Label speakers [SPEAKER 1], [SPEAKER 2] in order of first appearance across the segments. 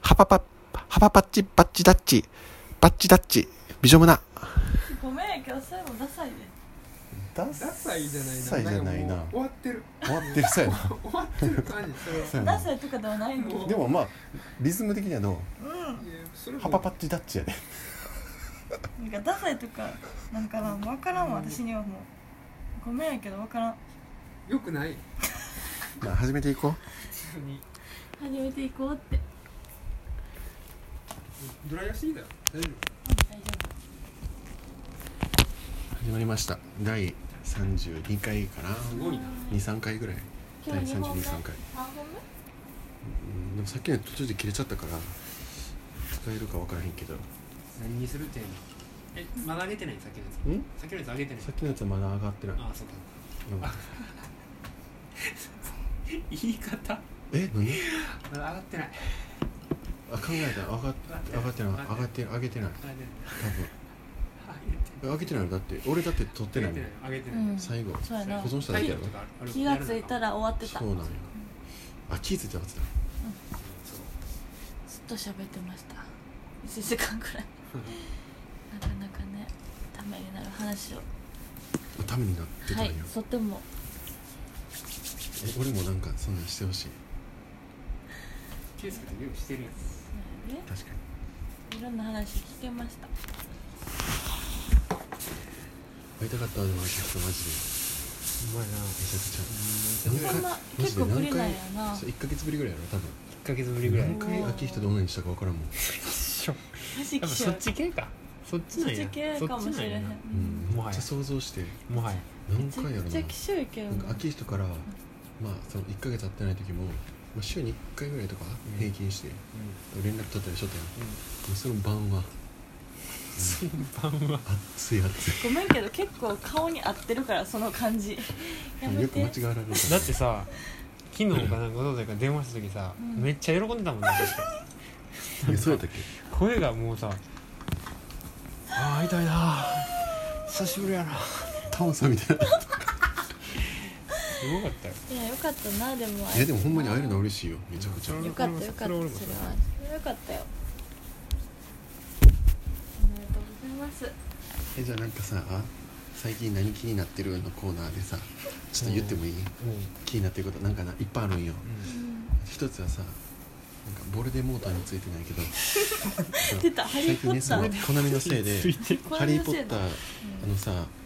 [SPEAKER 1] ハパパッ、ハパパッチ、バッチダッチ、バッチダッチ、ビジョムナ。
[SPEAKER 2] ごめんやけどそういうのダサいね
[SPEAKER 1] ダ
[SPEAKER 3] ダサいじゃないな
[SPEAKER 1] サイじゃない
[SPEAKER 3] んか
[SPEAKER 1] な
[SPEAKER 3] もう。終わってる
[SPEAKER 1] 終わってるさやな。
[SPEAKER 3] 終わってる感じそれは
[SPEAKER 1] そうや
[SPEAKER 2] ダ
[SPEAKER 1] な
[SPEAKER 2] サいとかではないの
[SPEAKER 1] でもまあ、リズム的にはの、
[SPEAKER 2] う
[SPEAKER 3] いやそれも
[SPEAKER 1] ハパパッチダッチやで。
[SPEAKER 2] んなんかダサいとかなんかな分からんわ私にはもうごめんやけど分からん
[SPEAKER 3] よくない
[SPEAKER 1] まあ、始めていこう。
[SPEAKER 3] 普通に
[SPEAKER 2] 始めていこうって
[SPEAKER 3] ドライヤーしていいだよ大丈
[SPEAKER 2] 大丈夫
[SPEAKER 1] 始まりました。第32回かな。
[SPEAKER 3] 夫すごいな
[SPEAKER 1] 2、3回ぐらい。第
[SPEAKER 2] 今日二本目
[SPEAKER 1] 32、3回。
[SPEAKER 2] 三本目
[SPEAKER 1] うんでもさっきの途中で切れちゃったから、使えるか分からへんけど。ん
[SPEAKER 3] 何にするってんのえまだ上げてないさっきのやつさっきのやつ上げてない
[SPEAKER 1] さっきのやつはまだ上がってない。
[SPEAKER 3] ああそうか
[SPEAKER 1] うん
[SPEAKER 3] 言い方
[SPEAKER 1] え何
[SPEAKER 3] まだ上がってない
[SPEAKER 1] あ考えた上がっ上がってない上がって上げてない
[SPEAKER 3] 上げて
[SPEAKER 1] 多分上げてないだって俺だって取って
[SPEAKER 3] な
[SPEAKER 1] ないいもん
[SPEAKER 3] 上げてない
[SPEAKER 2] う
[SPEAKER 3] 上げてない
[SPEAKER 2] ん
[SPEAKER 1] 最後
[SPEAKER 2] そうやな
[SPEAKER 1] 保存しただけやろ
[SPEAKER 2] 気がついたら終わってた
[SPEAKER 1] そ
[SPEAKER 2] ず
[SPEAKER 1] う
[SPEAKER 2] っ
[SPEAKER 1] なんやあ気ぃ付いてたや
[SPEAKER 3] そ
[SPEAKER 2] と
[SPEAKER 3] う
[SPEAKER 2] 喋ってました1時間くらいなかなかねためになる話を
[SPEAKER 1] つだためになってた
[SPEAKER 2] は
[SPEAKER 1] ん
[SPEAKER 2] い
[SPEAKER 1] よ
[SPEAKER 2] とても
[SPEAKER 1] え俺もなんかそんなんしてほしい
[SPEAKER 3] 気をつけて料理してるやん
[SPEAKER 2] ね
[SPEAKER 1] 確かに
[SPEAKER 2] いろんな話聞けました
[SPEAKER 1] 会いたかったわでもあの人マジで
[SPEAKER 3] うまいな
[SPEAKER 1] めちゃくちゃ
[SPEAKER 2] そん
[SPEAKER 3] うん
[SPEAKER 2] な
[SPEAKER 1] マジ
[SPEAKER 2] 結
[SPEAKER 1] で
[SPEAKER 2] 構ぶ
[SPEAKER 1] 何
[SPEAKER 2] りなんや
[SPEAKER 1] 回
[SPEAKER 2] な
[SPEAKER 1] そう1か月ぶりぐらいやろ多分
[SPEAKER 3] 1ヶ月ぶりぐらい
[SPEAKER 1] 何回秋人とオンラインしたか分からんもん
[SPEAKER 2] マジ
[SPEAKER 3] やっぱ
[SPEAKER 2] きし
[SPEAKER 3] そ
[SPEAKER 2] ょ
[SPEAKER 3] っち系かそっち
[SPEAKER 2] そ
[SPEAKER 3] な
[SPEAKER 2] っ
[SPEAKER 3] んや
[SPEAKER 2] ち系かもしれへん
[SPEAKER 3] そっ
[SPEAKER 1] う
[SPEAKER 2] うん
[SPEAKER 1] ん
[SPEAKER 3] も
[SPEAKER 1] め
[SPEAKER 3] は
[SPEAKER 1] っ
[SPEAKER 3] や
[SPEAKER 1] ちゃ想像して
[SPEAKER 3] ちなんやもはや
[SPEAKER 1] 何
[SPEAKER 2] めちゃ
[SPEAKER 1] 回やろ
[SPEAKER 2] くち
[SPEAKER 1] な
[SPEAKER 2] ゃきしょいけど
[SPEAKER 1] なん
[SPEAKER 2] な
[SPEAKER 1] か秋人から、まあ、その1ヶ月会ってない時も、まあ、週に1回ぐらいとか
[SPEAKER 3] うん
[SPEAKER 1] 平均して連絡取ったりしとったやん、
[SPEAKER 3] う
[SPEAKER 1] もうその晩は
[SPEAKER 3] んうん晩は
[SPEAKER 1] 熱い熱い
[SPEAKER 2] ごめんけど結構顔に合ってるからその感じやめ
[SPEAKER 1] よく
[SPEAKER 2] て
[SPEAKER 1] 間違われるから
[SPEAKER 3] だってさ昨日かなんかどうだか電話した時さ、
[SPEAKER 2] うん
[SPEAKER 3] めっちゃ喜んでたもんね
[SPEAKER 1] えそうやったっけ
[SPEAKER 3] 声がもうさ「ああ会いたいな久しぶりやな」
[SPEAKER 1] タモさんみたいな
[SPEAKER 3] すごかったよ
[SPEAKER 2] いやよかったなでも
[SPEAKER 1] いやでもほんまに会えるのは嬉しいよめちゃくちゃ
[SPEAKER 3] うん
[SPEAKER 2] よかったよかったそ
[SPEAKER 3] そ
[SPEAKER 2] れ
[SPEAKER 3] れ
[SPEAKER 2] はよ
[SPEAKER 3] は俺
[SPEAKER 2] か
[SPEAKER 3] もそ
[SPEAKER 2] っ
[SPEAKER 3] う
[SPEAKER 2] たよおめでとうございます
[SPEAKER 1] えじゃあなんかさあ最近何気になってるのコーナーでさちょっと言ってもいい、
[SPEAKER 3] うん、
[SPEAKER 1] 気になってることなんかないっぱいあるんよ一つはさなんかボルデモーターについてないけどさ
[SPEAKER 2] 出たハリー
[SPEAKER 1] 最近ね
[SPEAKER 2] ポッター
[SPEAKER 1] そのコナミのせ いで
[SPEAKER 3] ついて
[SPEAKER 2] これ
[SPEAKER 1] ハリー・ポッター
[SPEAKER 2] の
[SPEAKER 1] あのさ「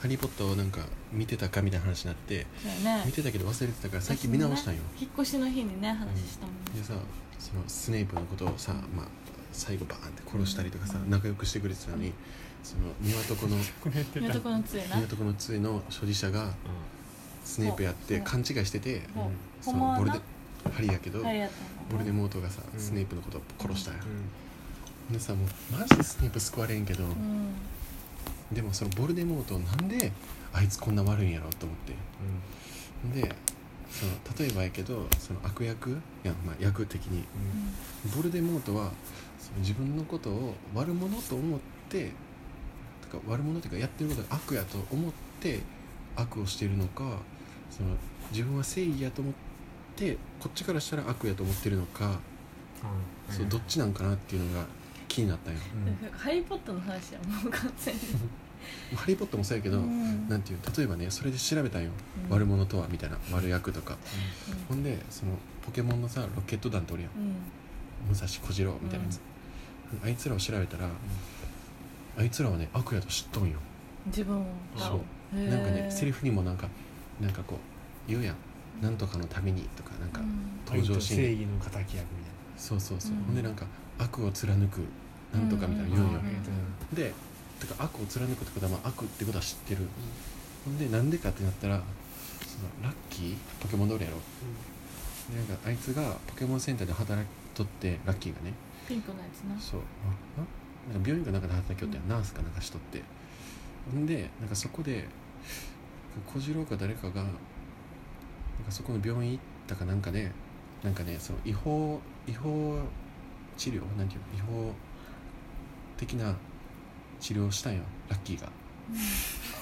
[SPEAKER 1] ハリー・ポッター」をなんか見てたかみたいな話になって
[SPEAKER 2] せいだうんそうや
[SPEAKER 1] 見
[SPEAKER 2] ね
[SPEAKER 1] てたけど忘れてたから最近見直したんよ
[SPEAKER 2] 引っ越しの日にね話したもんね
[SPEAKER 1] でさそのスネープのことをさ、まあ、最後バーンって殺したりとかさ仲良くしてくれてたのにその庭床の
[SPEAKER 3] これやって
[SPEAKER 2] 見
[SPEAKER 3] た
[SPEAKER 2] とこの杖な
[SPEAKER 1] 庭床の杖の所持者がスネープやって
[SPEAKER 2] ほう
[SPEAKER 1] 勘違いしてて
[SPEAKER 2] ほう
[SPEAKER 3] うん
[SPEAKER 1] そ
[SPEAKER 2] ほんま
[SPEAKER 1] の
[SPEAKER 2] は
[SPEAKER 1] ボル
[SPEAKER 2] な
[SPEAKER 1] デハリーやけど
[SPEAKER 2] ハリー
[SPEAKER 1] ボ
[SPEAKER 2] やった
[SPEAKER 1] ルデ
[SPEAKER 2] の
[SPEAKER 1] モートがさ
[SPEAKER 3] うん
[SPEAKER 1] スネープのことを殺したんや
[SPEAKER 3] うんうん
[SPEAKER 1] でさもうマジでスネープ救われんけど
[SPEAKER 2] うん
[SPEAKER 1] でもそのボルデモートなんであいつこんな悪いんやろと思ってでその例えばやけどその悪役やん、まあ、役的に
[SPEAKER 3] うん
[SPEAKER 1] ボルデモートはその自分のことを悪者と思ってとか悪者っていうかやってることが悪やと思って悪をしているのかその自分は正義やと思ってこっちからしたら悪やと思ってるのか、
[SPEAKER 3] うん
[SPEAKER 1] そうどっちなんかなっていうのが気になったんよ。
[SPEAKER 3] う
[SPEAKER 2] うんんハリー・ポッターの話やもう完全に
[SPEAKER 1] ハリー・ポッターもそうやけど、
[SPEAKER 2] うん
[SPEAKER 1] なんていう例えばねそれで調べたんよ、
[SPEAKER 2] うん
[SPEAKER 1] 悪者とはみたいな悪役とかほんでそのポケモンのさロケット団っておるやん
[SPEAKER 2] うん
[SPEAKER 1] 武蔵小次郎みたいなやつ、あいつらを調べたら、あいつらはね悪やと知っとんよ、
[SPEAKER 2] 自分を
[SPEAKER 1] そう
[SPEAKER 2] へー
[SPEAKER 1] なんかねセリフにもなんかなんかこう言うやん「なんとかのために」とかなんか、
[SPEAKER 2] うん
[SPEAKER 1] 登場シーン
[SPEAKER 3] 正義の敵役みたい
[SPEAKER 1] そうそうそう、
[SPEAKER 2] うん
[SPEAKER 1] ほんでなんか悪を貫くなんとかみたいな
[SPEAKER 3] な
[SPEAKER 1] 言うんよ、
[SPEAKER 2] うんうん
[SPEAKER 1] でてか悪を貫くってことは、まあ、悪ってことは知ってる、ほんでなんでかってなったらそのラッキーポケモンドールやろでなんかあいつがポケモンセンターで働きとってラッキーがね
[SPEAKER 2] ピンクのやつな
[SPEAKER 1] そうあなんか病院かなんかで働きよったやん、ナースかなんかしとってほんでなんかそこで小次郎か誰かがなんかそこの病院行ったかなんかでなんかねその違法違法治療なんていうの違法的な治療をしたんよラッキーが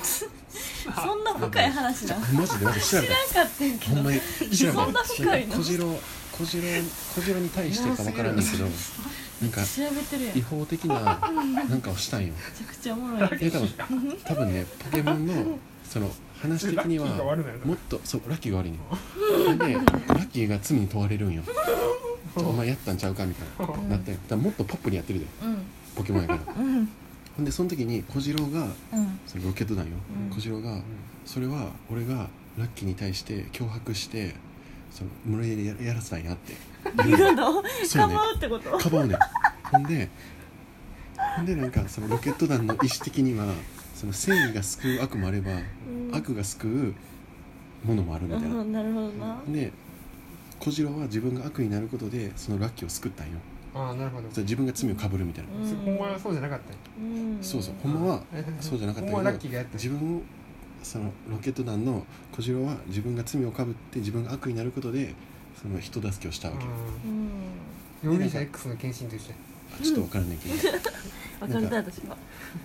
[SPEAKER 2] そんな深い話な
[SPEAKER 1] じゃ
[SPEAKER 2] ん
[SPEAKER 1] マジでマジで調べ
[SPEAKER 2] 知らんかったんやけ
[SPEAKER 1] たほ
[SPEAKER 2] ど
[SPEAKER 1] んまに調べた
[SPEAKER 2] そんな深いの
[SPEAKER 1] 小次郎小次郎小次郎に対してか分からんねんけど
[SPEAKER 3] う
[SPEAKER 1] なんか
[SPEAKER 2] 調べてるやん
[SPEAKER 1] 違
[SPEAKER 2] め
[SPEAKER 1] 法的ななんかをしたんよ
[SPEAKER 2] ちゃくちゃおもろいやん
[SPEAKER 1] いや多分多分ねポケモンのその話的には
[SPEAKER 3] ラッキーが悪いのよ
[SPEAKER 1] もっとそうラッキーが悪いねんでラッキーが罪に問われるんよちょお前やったんちゃうかみたいななったんよだからもっとポップにやってるで
[SPEAKER 2] うん
[SPEAKER 1] ポケモンやから
[SPEAKER 2] うん
[SPEAKER 1] ほんでその時に小次郎が
[SPEAKER 2] うん
[SPEAKER 1] そのロケット弾よ、
[SPEAKER 2] うん
[SPEAKER 1] 小次郎がそれは俺がラッキーに対して脅迫してその無理やりやらせたんや って
[SPEAKER 2] 見事
[SPEAKER 1] そう
[SPEAKER 2] か
[SPEAKER 1] ね
[SPEAKER 2] ばうってこと
[SPEAKER 1] かばうねんほんでほんでなんかそのロケット弾の意思的にはその正義が救う悪もあれば
[SPEAKER 2] うん
[SPEAKER 1] 悪が救うものもあるみたいな、
[SPEAKER 2] うんなるほどな
[SPEAKER 1] で小次郎は自分が悪になることでそのラッキーを救ったんよ
[SPEAKER 3] ああなるほど
[SPEAKER 1] それ自分が罪をかぶるみたいな、
[SPEAKER 2] うん
[SPEAKER 3] ほんまはそうじゃなかったんや
[SPEAKER 2] うん
[SPEAKER 1] そうそうほんまはそうじゃなかったけど
[SPEAKER 3] ほんまはラッキーがやったん
[SPEAKER 1] 自
[SPEAKER 3] や
[SPEAKER 1] 分をそのロケット団の小次郎は自分が罪をかぶって自分が悪になることでその人助けをしたわけ、
[SPEAKER 2] うん
[SPEAKER 3] うん容疑者 X の献身と一緒や
[SPEAKER 1] あちょっと分からんねんけど
[SPEAKER 2] 分かれた私は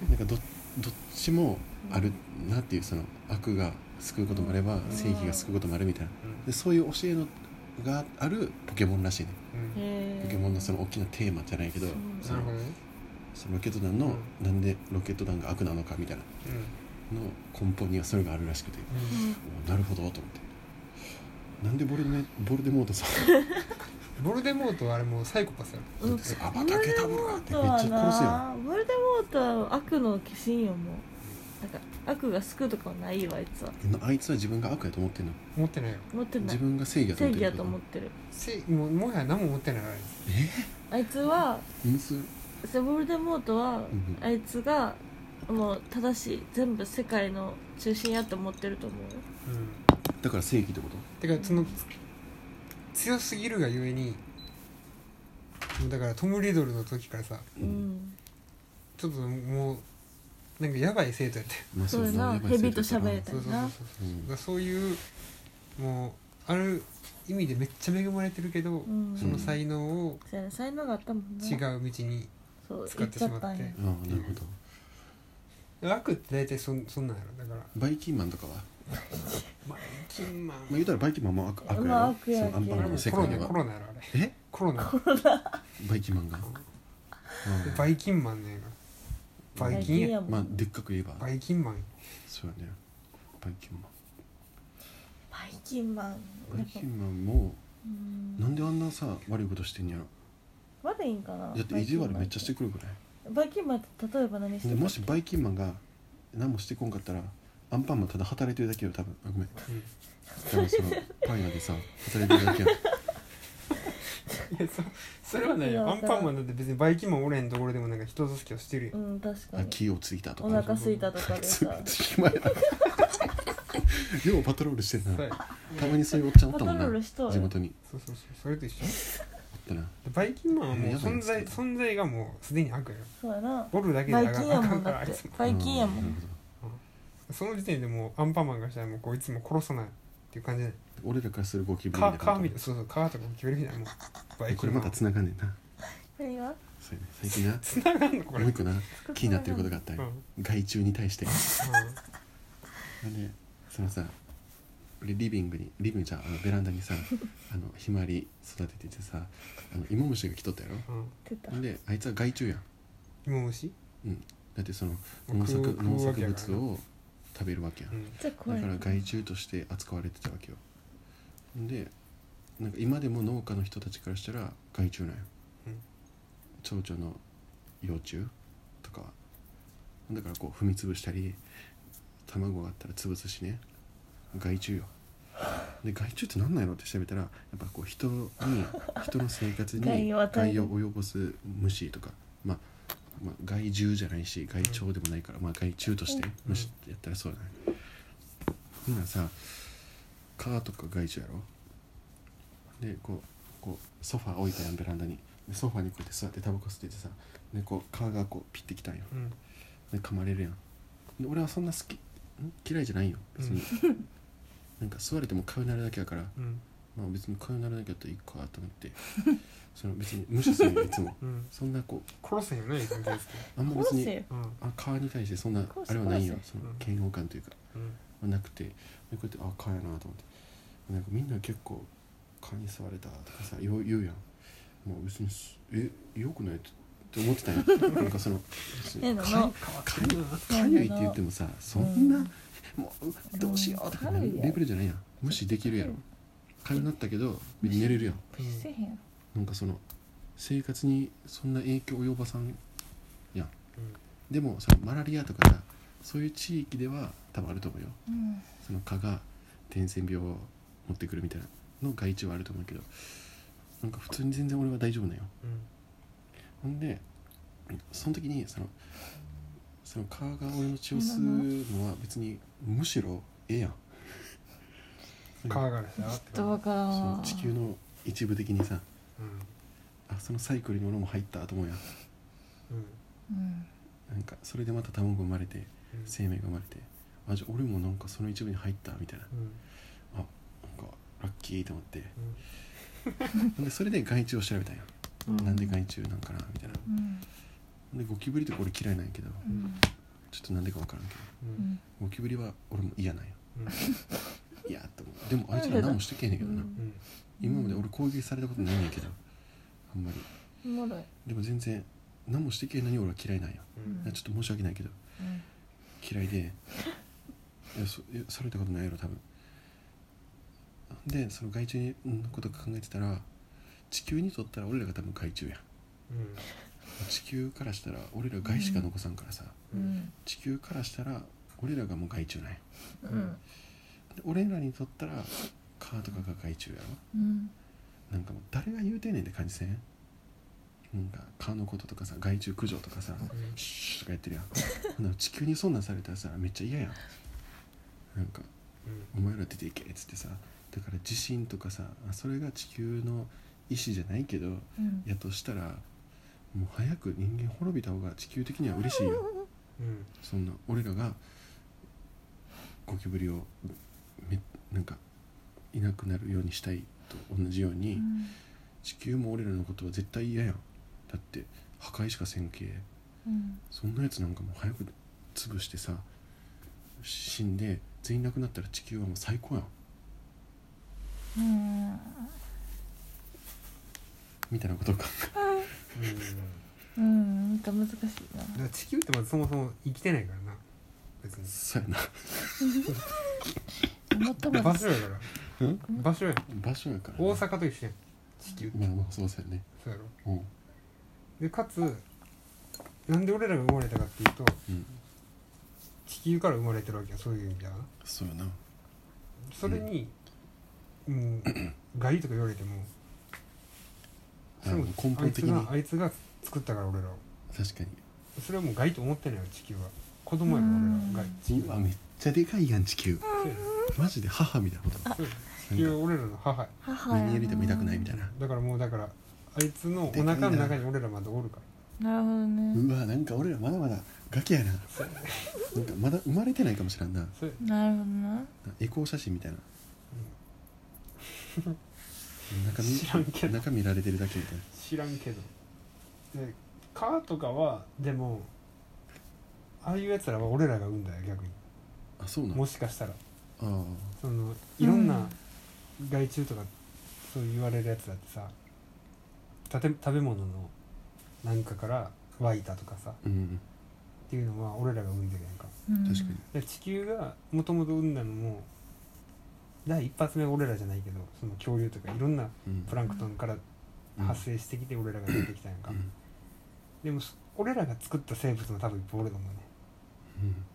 [SPEAKER 1] なんかどどっちもあるなっていうその悪が救うこともあれば正義が救うこともあるみたいな
[SPEAKER 3] うん
[SPEAKER 1] でそういう教えのがあるポケモンらしいね
[SPEAKER 3] うん
[SPEAKER 2] へー
[SPEAKER 1] ポケモンのその大きなテーマじゃないけど
[SPEAKER 2] そう
[SPEAKER 1] そ
[SPEAKER 3] な
[SPEAKER 1] の
[SPEAKER 3] るほどね
[SPEAKER 1] そのロケット団のなんでロケット団が悪なのかみたいなの根本にはそれがあるらしくて
[SPEAKER 3] うんうん
[SPEAKER 1] おなるほどと思ってなんでボルデボルデモートさん
[SPEAKER 3] ボルデモートはあれもうサイコパスやろ
[SPEAKER 2] うん
[SPEAKER 1] アバタケタブラってめっちゃ殺すや
[SPEAKER 2] なボルデモートは悪の化身よもうなんか悪が救うとかはないよあいつは
[SPEAKER 1] んあいつは自分が悪やと思ってんの
[SPEAKER 3] 思ってないよ
[SPEAKER 2] 持ってな
[SPEAKER 1] 自
[SPEAKER 2] い
[SPEAKER 1] 分が正義やと
[SPEAKER 2] 正
[SPEAKER 1] 思っ
[SPEAKER 2] 義
[SPEAKER 1] て
[SPEAKER 2] や
[SPEAKER 1] る
[SPEAKER 2] と思ってる
[SPEAKER 3] せもうもはや何も思ってないよあ
[SPEAKER 2] あ
[SPEAKER 3] れ
[SPEAKER 2] いつは
[SPEAKER 1] むず
[SPEAKER 2] セボルデモート
[SPEAKER 1] ん
[SPEAKER 2] は
[SPEAKER 1] うん
[SPEAKER 2] あいつがもう正しい全部世界の中心やと思ってると思うよ
[SPEAKER 3] うん
[SPEAKER 1] だから正義ってこと
[SPEAKER 3] てかその強すぎるがゆえにもうだからトム・リドルの時からさ
[SPEAKER 2] う
[SPEAKER 1] うん
[SPEAKER 2] ん
[SPEAKER 3] ちょっともうなんかやばい生徒やって
[SPEAKER 1] まあ
[SPEAKER 2] そうや
[SPEAKER 1] だ
[SPEAKER 2] な
[SPEAKER 1] やっぱり
[SPEAKER 2] ヘ
[SPEAKER 1] 正義
[SPEAKER 2] ビと
[SPEAKER 1] だから
[SPEAKER 2] 喋れた
[SPEAKER 3] そう
[SPEAKER 2] り
[SPEAKER 3] そうそう
[SPEAKER 2] な
[SPEAKER 3] そう、だからそういうもうある意味でめっちゃ恵まれてるけど、
[SPEAKER 2] うん
[SPEAKER 3] その才能を
[SPEAKER 2] そうやな才能があったもんな
[SPEAKER 3] 違う道に、
[SPEAKER 2] そう
[SPEAKER 3] 使
[SPEAKER 2] 行
[SPEAKER 3] っ
[SPEAKER 2] ってちゃ
[SPEAKER 3] しま
[SPEAKER 2] っ
[SPEAKER 3] って
[SPEAKER 2] たんや
[SPEAKER 1] うんああなるほど
[SPEAKER 3] 楽って大体そんそんなんやろだから
[SPEAKER 1] バイキンマンとかはま
[SPEAKER 3] まあキンマン
[SPEAKER 1] あ言うたらバイキンマンも悪悪やろ、
[SPEAKER 2] まあ悪や
[SPEAKER 1] そ
[SPEAKER 2] けど
[SPEAKER 1] のアンパンマンの世
[SPEAKER 3] コロ
[SPEAKER 1] 界で
[SPEAKER 3] ナ
[SPEAKER 1] は
[SPEAKER 3] コロナやろあれ
[SPEAKER 1] え
[SPEAKER 3] コロナ
[SPEAKER 1] バイキンマンが、うん
[SPEAKER 3] バイキンマンねバイキンや
[SPEAKER 2] もん
[SPEAKER 1] ま
[SPEAKER 2] バ
[SPEAKER 1] あでっかく言えば
[SPEAKER 3] バイキンマン
[SPEAKER 1] そうやねバイキンマン
[SPEAKER 2] イキンマン
[SPEAKER 1] バイキンマンも
[SPEAKER 2] うん
[SPEAKER 1] なんであんなさ悪いことしてんやろ
[SPEAKER 2] 悪いんかな
[SPEAKER 1] だって意地悪めっちゃして
[SPEAKER 2] く
[SPEAKER 1] くるぐらい
[SPEAKER 2] バイキンマンって例えば何して
[SPEAKER 1] で
[SPEAKER 2] た
[SPEAKER 1] もしバイキンマンが何もしてこんかったらアンパンマンただ働いてるだけよ多分あごめん
[SPEAKER 3] うん
[SPEAKER 1] 多分そ のパン屋でさ働いてるだけよ
[SPEAKER 3] いやそそれはね
[SPEAKER 2] いや
[SPEAKER 3] アンパンマンだって別にバイキンマンおれんところでもなんか人助けをしてるやん、
[SPEAKER 2] うん確か
[SPEAKER 1] あ
[SPEAKER 2] に
[SPEAKER 1] 気をついたと
[SPEAKER 2] お
[SPEAKER 1] か
[SPEAKER 2] 腹すいたとかで
[SPEAKER 1] つ
[SPEAKER 2] さ
[SPEAKER 1] つきまやようパトロールしてん
[SPEAKER 3] そう
[SPEAKER 1] な
[SPEAKER 3] や
[SPEAKER 1] たまにそういうおっちゃんおっ
[SPEAKER 2] パ
[SPEAKER 1] た
[SPEAKER 2] ト
[SPEAKER 1] も
[SPEAKER 2] ロ
[SPEAKER 1] ん
[SPEAKER 2] ー
[SPEAKER 1] な
[SPEAKER 2] ルしと
[SPEAKER 1] 地元に
[SPEAKER 3] そうそうそうそれと一緒
[SPEAKER 1] おったな
[SPEAKER 3] バイキンマンはもう
[SPEAKER 1] やばい
[SPEAKER 3] 存
[SPEAKER 1] やつだ
[SPEAKER 3] 在存在がもうすでに悪やろ
[SPEAKER 2] そうやな
[SPEAKER 3] おるだけで
[SPEAKER 2] バ
[SPEAKER 3] あ
[SPEAKER 2] イ
[SPEAKER 3] か
[SPEAKER 2] キンや
[SPEAKER 3] あか
[SPEAKER 2] も
[SPEAKER 3] ん
[SPEAKER 2] ん
[SPEAKER 3] か
[SPEAKER 2] だ
[SPEAKER 3] らあ
[SPEAKER 2] っ
[SPEAKER 3] い
[SPEAKER 2] て
[SPEAKER 3] つも
[SPEAKER 2] バイキンやも
[SPEAKER 1] うんなるほ
[SPEAKER 3] その時点でもうアンパンマンがしたらもうこいつも殺さないっていう感じで
[SPEAKER 1] ど俺らからするゴキブリ
[SPEAKER 3] カ
[SPEAKER 1] み
[SPEAKER 3] ー
[SPEAKER 1] たい
[SPEAKER 3] カー
[SPEAKER 1] な
[SPEAKER 3] みたいなそうそうカーとかも決めるみたいなもうバイ
[SPEAKER 1] こ
[SPEAKER 3] キン
[SPEAKER 1] れ
[SPEAKER 3] マ
[SPEAKER 1] ま
[SPEAKER 3] ン
[SPEAKER 1] た繋がんねんな
[SPEAKER 2] これは
[SPEAKER 1] そうやね最近な
[SPEAKER 3] つながんのこれ
[SPEAKER 1] もう一個な気になってることがあったん
[SPEAKER 3] うん
[SPEAKER 1] よ
[SPEAKER 3] うん
[SPEAKER 1] 害虫に対してでそのさ俺リビングにリビングじゃんあのベランダに さあのひまわり育てててさあの芋虫が来とったやろ
[SPEAKER 3] うん
[SPEAKER 2] 出た
[SPEAKER 1] ほんであいつは害虫やん
[SPEAKER 3] 芋虫
[SPEAKER 1] だってその
[SPEAKER 3] 食う
[SPEAKER 1] 農作
[SPEAKER 3] 食
[SPEAKER 1] 農
[SPEAKER 3] うわ
[SPEAKER 1] 作
[SPEAKER 3] けやからな
[SPEAKER 1] 物を食べるわけや
[SPEAKER 3] うんん
[SPEAKER 2] じゃあ怖
[SPEAKER 1] だ
[SPEAKER 2] い
[SPEAKER 1] から害虫として扱われてたわけよでなんか今でも農家の人たちからしたら害虫なんよ、
[SPEAKER 3] うん
[SPEAKER 1] 蝶々の幼虫とかだからこう踏み潰したり卵があったら潰すしね害虫よで害虫って何なんやろって調べたらやっぱこう人 に人の生活に
[SPEAKER 2] 害を与える
[SPEAKER 1] 害を及ぼす虫とかまあまあ、害獣じゃないし害鳥でもないから、まあ、害虫として
[SPEAKER 3] うん
[SPEAKER 1] 虫ってやったらそうだね、ほんならさ蚊とか害虫やろでこうこうソファー置いたやんベランダにでソファーにこうやって座ってタバコ吸っててさでこう蚊がこうピッてきたんよ
[SPEAKER 3] うん
[SPEAKER 1] で噛まれるやんで俺はそんな好きん嫌いじゃないよ別 に、なんか吸われても蚊になるだけやから
[SPEAKER 3] うん
[SPEAKER 1] まあ別に蚊になるだけやったらいいかと思ってその別に無視するんよいつも
[SPEAKER 3] うん
[SPEAKER 1] そんなこう
[SPEAKER 3] 殺せんよねいつも大好き
[SPEAKER 1] あんま別
[SPEAKER 2] 殺
[SPEAKER 1] に
[SPEAKER 2] せよ
[SPEAKER 3] うん
[SPEAKER 1] あ川に対してそんな
[SPEAKER 2] こうし
[SPEAKER 1] あれはないよ
[SPEAKER 2] こうし
[SPEAKER 1] その
[SPEAKER 3] うん
[SPEAKER 1] 嫌悪感というか、
[SPEAKER 3] うん
[SPEAKER 1] なくてでこうやってあ川やなと思ってなんかみんな結構蚊に触れた」とかさ言う言うやんもう別にすえよくないってって思ってたんや なんかその別に
[SPEAKER 2] やだ
[SPEAKER 1] 蚊
[SPEAKER 2] な
[SPEAKER 1] かゆかゆいって言ってもさそんな、もうどうしようとかなるレベルじゃないやん無視できるやろかゆなったけど別に寝れるやん
[SPEAKER 2] 無視せえへんやろ
[SPEAKER 1] なんかその生活にそんな影響及ばさんやんでもそのマラリアとかさそういう地域では多分あると思うよ
[SPEAKER 2] うん
[SPEAKER 1] その蚊が伝染病を持ってくるみたいなの害虫はあると思うけどなんか普通に全然俺は大丈夫なんよほんでその時にそのその蚊が俺の血を吸うのは別にむしろええやん
[SPEAKER 3] 川がです
[SPEAKER 2] ちょ
[SPEAKER 3] よ
[SPEAKER 2] っとわから
[SPEAKER 1] そ
[SPEAKER 2] ん
[SPEAKER 1] の
[SPEAKER 2] わ
[SPEAKER 1] 地球の一部的にさ
[SPEAKER 3] うん
[SPEAKER 1] あそのサイクルに俺も入ったと思うやん
[SPEAKER 3] うん
[SPEAKER 2] うん
[SPEAKER 1] なんかそれでまた卵生まれて
[SPEAKER 3] うん
[SPEAKER 1] 生命が生まれてあじゃあ俺もなんかその一部に入ったみたいな
[SPEAKER 3] うん
[SPEAKER 1] なんかラッキーと思ってほんでそれで害虫を調べたんや
[SPEAKER 3] うん
[SPEAKER 1] なんで害虫なんかなみたいな
[SPEAKER 2] うん
[SPEAKER 1] ほんでゴキブリとか俺嫌いなんやけど
[SPEAKER 2] うん
[SPEAKER 1] ちょっとなんでか分からんけど
[SPEAKER 2] うん
[SPEAKER 1] ゴキブリは俺も嫌なんや
[SPEAKER 3] うん
[SPEAKER 1] 嫌と思うでもあいつら何もしてけへんねんけどな
[SPEAKER 2] うん
[SPEAKER 3] うん
[SPEAKER 1] 今まで俺攻撃されたことないねんやけどあんまり
[SPEAKER 2] おもろい
[SPEAKER 1] でも全然何もしてけへんのに俺は嫌いなんや
[SPEAKER 3] うん
[SPEAKER 1] いやちょっと申し訳ないけど
[SPEAKER 2] うん
[SPEAKER 1] 嫌いでいやそいやされたことないやろ多分でその害虫のこと考えてたら地球にとったら俺らが多分害虫やん
[SPEAKER 3] うん
[SPEAKER 1] 地球からしたら俺ら害しか残さんからさ、
[SPEAKER 2] うん
[SPEAKER 1] 地球からしたら俺らがもう害虫なんや
[SPEAKER 2] うん
[SPEAKER 1] で俺らにとったらカーとかが害虫やろ
[SPEAKER 2] うん
[SPEAKER 1] なんかもう誰が言うてんねんって感じせんなんか蚊のこととかさ害虫駆除とかさ
[SPEAKER 3] うん
[SPEAKER 1] シューとかやってるやんほんなら地球にそんなんされたらさめっちゃ嫌やんなんか
[SPEAKER 3] うん
[SPEAKER 1] お前ら出ていけっつってさだから地震とかさあそれが地球の意志じゃないけど
[SPEAKER 2] うん
[SPEAKER 1] やとしたらもう早く人間滅びた方が地球的には嬉しいよ
[SPEAKER 3] うん
[SPEAKER 1] そんな俺らがゴキブリをめなんかいなくなるようにしたいと同じように、地球も俺らのことは絶対嫌やんだって破壊しかせんけ
[SPEAKER 2] うん
[SPEAKER 1] そんなやつなんかもう早く潰してさ死んで全員亡くなったら地球はもう最高やん
[SPEAKER 2] うん
[SPEAKER 1] みたいなことを考
[SPEAKER 3] うん
[SPEAKER 2] うんなんか難しいな
[SPEAKER 3] だから地球ってまずそもそも生きてないからな別
[SPEAKER 1] え
[SPEAKER 3] に
[SPEAKER 1] そうやな
[SPEAKER 2] 最も
[SPEAKER 3] 場所やから
[SPEAKER 1] うん
[SPEAKER 3] 場所や
[SPEAKER 1] 場所やからな
[SPEAKER 3] 大阪と一緒やん地球
[SPEAKER 1] まあまあそうそうやね
[SPEAKER 3] そうやろ
[SPEAKER 1] うん
[SPEAKER 3] でかつなんで俺らが生まれたかっていうと
[SPEAKER 1] うん
[SPEAKER 3] 地球から生まれてるわけやそういう意味ではな
[SPEAKER 1] そうやな
[SPEAKER 3] それに、 うん、害とか言われてもそれも
[SPEAKER 1] あ根本的に
[SPEAKER 3] あいつがあいつが作ったから俺らを
[SPEAKER 1] 確かに
[SPEAKER 3] それはもう害と思ってないよ地球は子供や
[SPEAKER 2] う
[SPEAKER 3] ろ
[SPEAKER 2] ん
[SPEAKER 3] 俺ら害地球
[SPEAKER 1] うわ
[SPEAKER 3] は
[SPEAKER 1] めっちゃでかいやん地球
[SPEAKER 3] そうや
[SPEAKER 1] マジで母みたいなこと
[SPEAKER 3] そうや地球は俺らの母や
[SPEAKER 2] 母やな
[SPEAKER 1] 何よりでも痛くないみたいな
[SPEAKER 3] だからもうだからあいつのお腹の中に俺らまだおるか
[SPEAKER 2] なるほどね
[SPEAKER 1] うわなんか俺らまだまだガキやななんかまだ生まれてないかもしらんなな
[SPEAKER 3] らそうや
[SPEAKER 2] なるほどな
[SPEAKER 1] エコー写真みたいな中
[SPEAKER 3] 知らんけ
[SPEAKER 1] 見
[SPEAKER 3] ど
[SPEAKER 1] 中見られてるだけみたいな
[SPEAKER 3] 知らんけどで蚊とかはでもああいうやつらは俺らが産んだよ逆に
[SPEAKER 1] あそうなの
[SPEAKER 3] もしかしたら
[SPEAKER 1] ああ
[SPEAKER 3] そのいろんな害虫とかそう言われるやつだってさたて食べ物のなんかから湧いたとかさっ
[SPEAKER 1] うん
[SPEAKER 3] ていうのは俺らが産んでるやんか
[SPEAKER 2] うん
[SPEAKER 1] 確かに
[SPEAKER 3] で地球がもともと産んだのも第一発目は俺らじゃないけどその恐竜とかいろんな
[SPEAKER 1] うん
[SPEAKER 3] プランクトンから
[SPEAKER 1] うん
[SPEAKER 3] 発生してきて俺らが出てきたやんか、
[SPEAKER 1] うん
[SPEAKER 3] でもそ俺らが作った生物も多分いっぱいおると思うね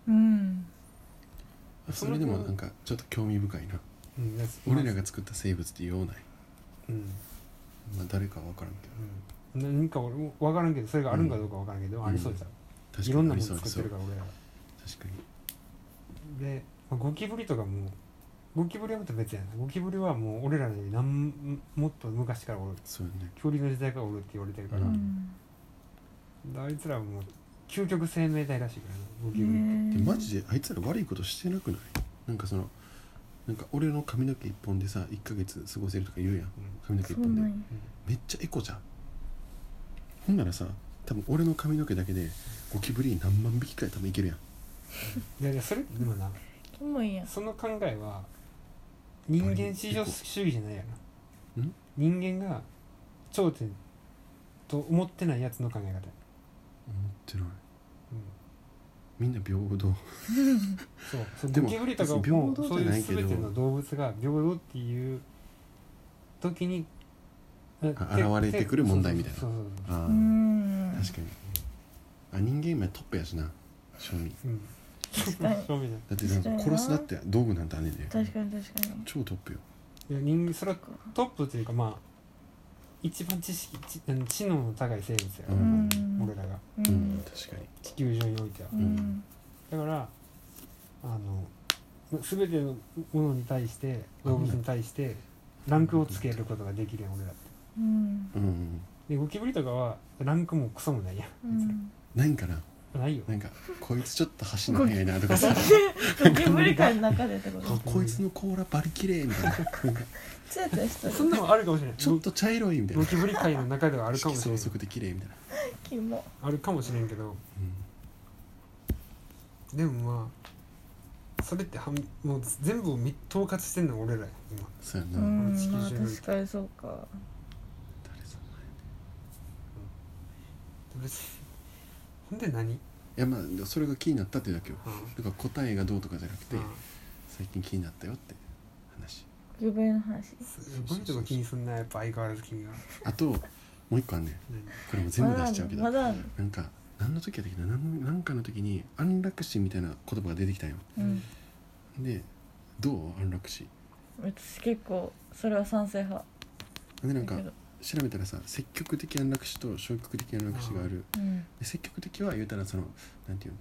[SPEAKER 1] うん
[SPEAKER 2] うん
[SPEAKER 1] それでもなんかちょっと興味深いな
[SPEAKER 3] うんで
[SPEAKER 1] 俺らが作った生物って言おうない
[SPEAKER 3] うん
[SPEAKER 1] まあ誰かは分からんけど
[SPEAKER 3] うん、何か俺も分からんけどそれがあるんかどうか分からんけど、
[SPEAKER 1] うん
[SPEAKER 3] ありそうじゃん、
[SPEAKER 1] 確か
[SPEAKER 3] いろん
[SPEAKER 1] に
[SPEAKER 3] な
[SPEAKER 1] あ
[SPEAKER 3] も
[SPEAKER 1] り
[SPEAKER 3] の
[SPEAKER 1] そうあ
[SPEAKER 3] 作
[SPEAKER 1] り
[SPEAKER 3] って
[SPEAKER 1] そう
[SPEAKER 3] るから俺ら
[SPEAKER 1] 確かに
[SPEAKER 3] で、まあゴキブリとかもゴキブリはまた別やなゴキブリはもう俺らよりなんもっと昔からおる
[SPEAKER 1] そうよね
[SPEAKER 3] 恐竜の時代からおるって言われてるから、
[SPEAKER 1] うん
[SPEAKER 3] であいつらはもう究極生命体らしいからねゴキブリって、
[SPEAKER 1] で
[SPEAKER 2] で
[SPEAKER 1] マジであいつら悪いことしてなくないなんかそのなんか俺の髪の毛一本でさ1ヶ月過ごせるとか言うやん
[SPEAKER 3] うん
[SPEAKER 1] 髪の毛一
[SPEAKER 2] そう
[SPEAKER 1] 本で
[SPEAKER 2] なんや
[SPEAKER 1] めっちゃエコじゃんほんならさ多分俺の髪の毛だけでゴキブリ何万匹か多分いけるやん
[SPEAKER 3] いやいやそれでもな
[SPEAKER 2] キモいやん
[SPEAKER 3] その考えは人間至上主義じゃないやな
[SPEAKER 1] うん
[SPEAKER 3] 人間が頂点と思ってないやつの考え方、うん、
[SPEAKER 1] 思ってないみんな平等
[SPEAKER 3] そうそう
[SPEAKER 1] でも
[SPEAKER 3] ゴキブリとか
[SPEAKER 1] 別に
[SPEAKER 3] も
[SPEAKER 1] 平等じゃ
[SPEAKER 3] そうい
[SPEAKER 1] な
[SPEAKER 3] う
[SPEAKER 1] いけど
[SPEAKER 3] 全ての動物が平等っていう時に
[SPEAKER 1] あ現れてくる問題みたいな
[SPEAKER 3] そうそうそう
[SPEAKER 1] あ
[SPEAKER 2] う
[SPEAKER 1] ー
[SPEAKER 2] ん
[SPEAKER 1] 確かにあ人間今トップやしな正味
[SPEAKER 3] そううん
[SPEAKER 2] 確かに
[SPEAKER 3] そうみたいな
[SPEAKER 1] だってなんか殺すだって道具なんてあんねんで
[SPEAKER 2] 確かに確かに
[SPEAKER 1] 超トップよ
[SPEAKER 3] いや人間それはトップというかまあ一番知識知あの知能の高い生物やか
[SPEAKER 1] う
[SPEAKER 2] う
[SPEAKER 3] ら、
[SPEAKER 1] ん
[SPEAKER 2] ん
[SPEAKER 3] 俺らが
[SPEAKER 2] うん
[SPEAKER 1] うん確かに
[SPEAKER 3] 地球上においては
[SPEAKER 2] う、ん
[SPEAKER 3] だからあの全てのものに対して動物に対してランクをつけることができるやん俺らって
[SPEAKER 2] うん
[SPEAKER 1] うんうん
[SPEAKER 3] でゴキブリとかはランクもクソもないや
[SPEAKER 2] うん
[SPEAKER 3] 別に
[SPEAKER 2] ん
[SPEAKER 1] ないんかな
[SPEAKER 3] ないよ
[SPEAKER 1] なんかこいつちょっと箸の速いなとか さ
[SPEAKER 2] ゴキブリ界の中でってこ
[SPEAKER 1] あ
[SPEAKER 2] と
[SPEAKER 1] こいつの甲羅バリ綺麗みたいな
[SPEAKER 2] ツヤツヤしと
[SPEAKER 3] そ
[SPEAKER 2] る
[SPEAKER 3] んなのあるかもしれない
[SPEAKER 1] ちょっと茶色いみたい
[SPEAKER 3] ゴ
[SPEAKER 1] な
[SPEAKER 3] キブリ界の中ではあるかも
[SPEAKER 1] 色
[SPEAKER 3] しれ
[SPEAKER 1] 相足
[SPEAKER 3] ない
[SPEAKER 1] で綺麗みたいな、
[SPEAKER 2] キモ
[SPEAKER 3] あるかもしれんけどでもまあそれってはんもう全部をみ統括してんのは俺らや今
[SPEAKER 1] そうやな、
[SPEAKER 2] うん
[SPEAKER 3] 地球
[SPEAKER 2] まあ
[SPEAKER 3] 上に
[SPEAKER 2] 確かにそうか
[SPEAKER 1] 誰さ
[SPEAKER 3] 別にほんで何、うん
[SPEAKER 1] いやまあそれが気になったってだけよだから答えがどうとかじゃなくて、
[SPEAKER 3] うん
[SPEAKER 1] 最近気になったよって話
[SPEAKER 2] ゴキブリの話
[SPEAKER 3] すごいとこ気にすんなやっぱ相変わらず君が
[SPEAKER 1] あともう一個あんねん
[SPEAKER 3] 何
[SPEAKER 1] これも全部出しちゃうけど、
[SPEAKER 2] まだある
[SPEAKER 1] なんか何の時やったっけな何のなんかの時に安楽死みたいな言葉が出てきたんよ
[SPEAKER 2] まだあるうん
[SPEAKER 1] でどう安楽死
[SPEAKER 2] 私結構それは賛成派
[SPEAKER 1] でなん
[SPEAKER 2] だ
[SPEAKER 1] か
[SPEAKER 2] けど
[SPEAKER 1] 調べたらさ積極的安楽死と消極的安楽死がある
[SPEAKER 2] うん
[SPEAKER 1] で積極的は言うたらそのなんていうの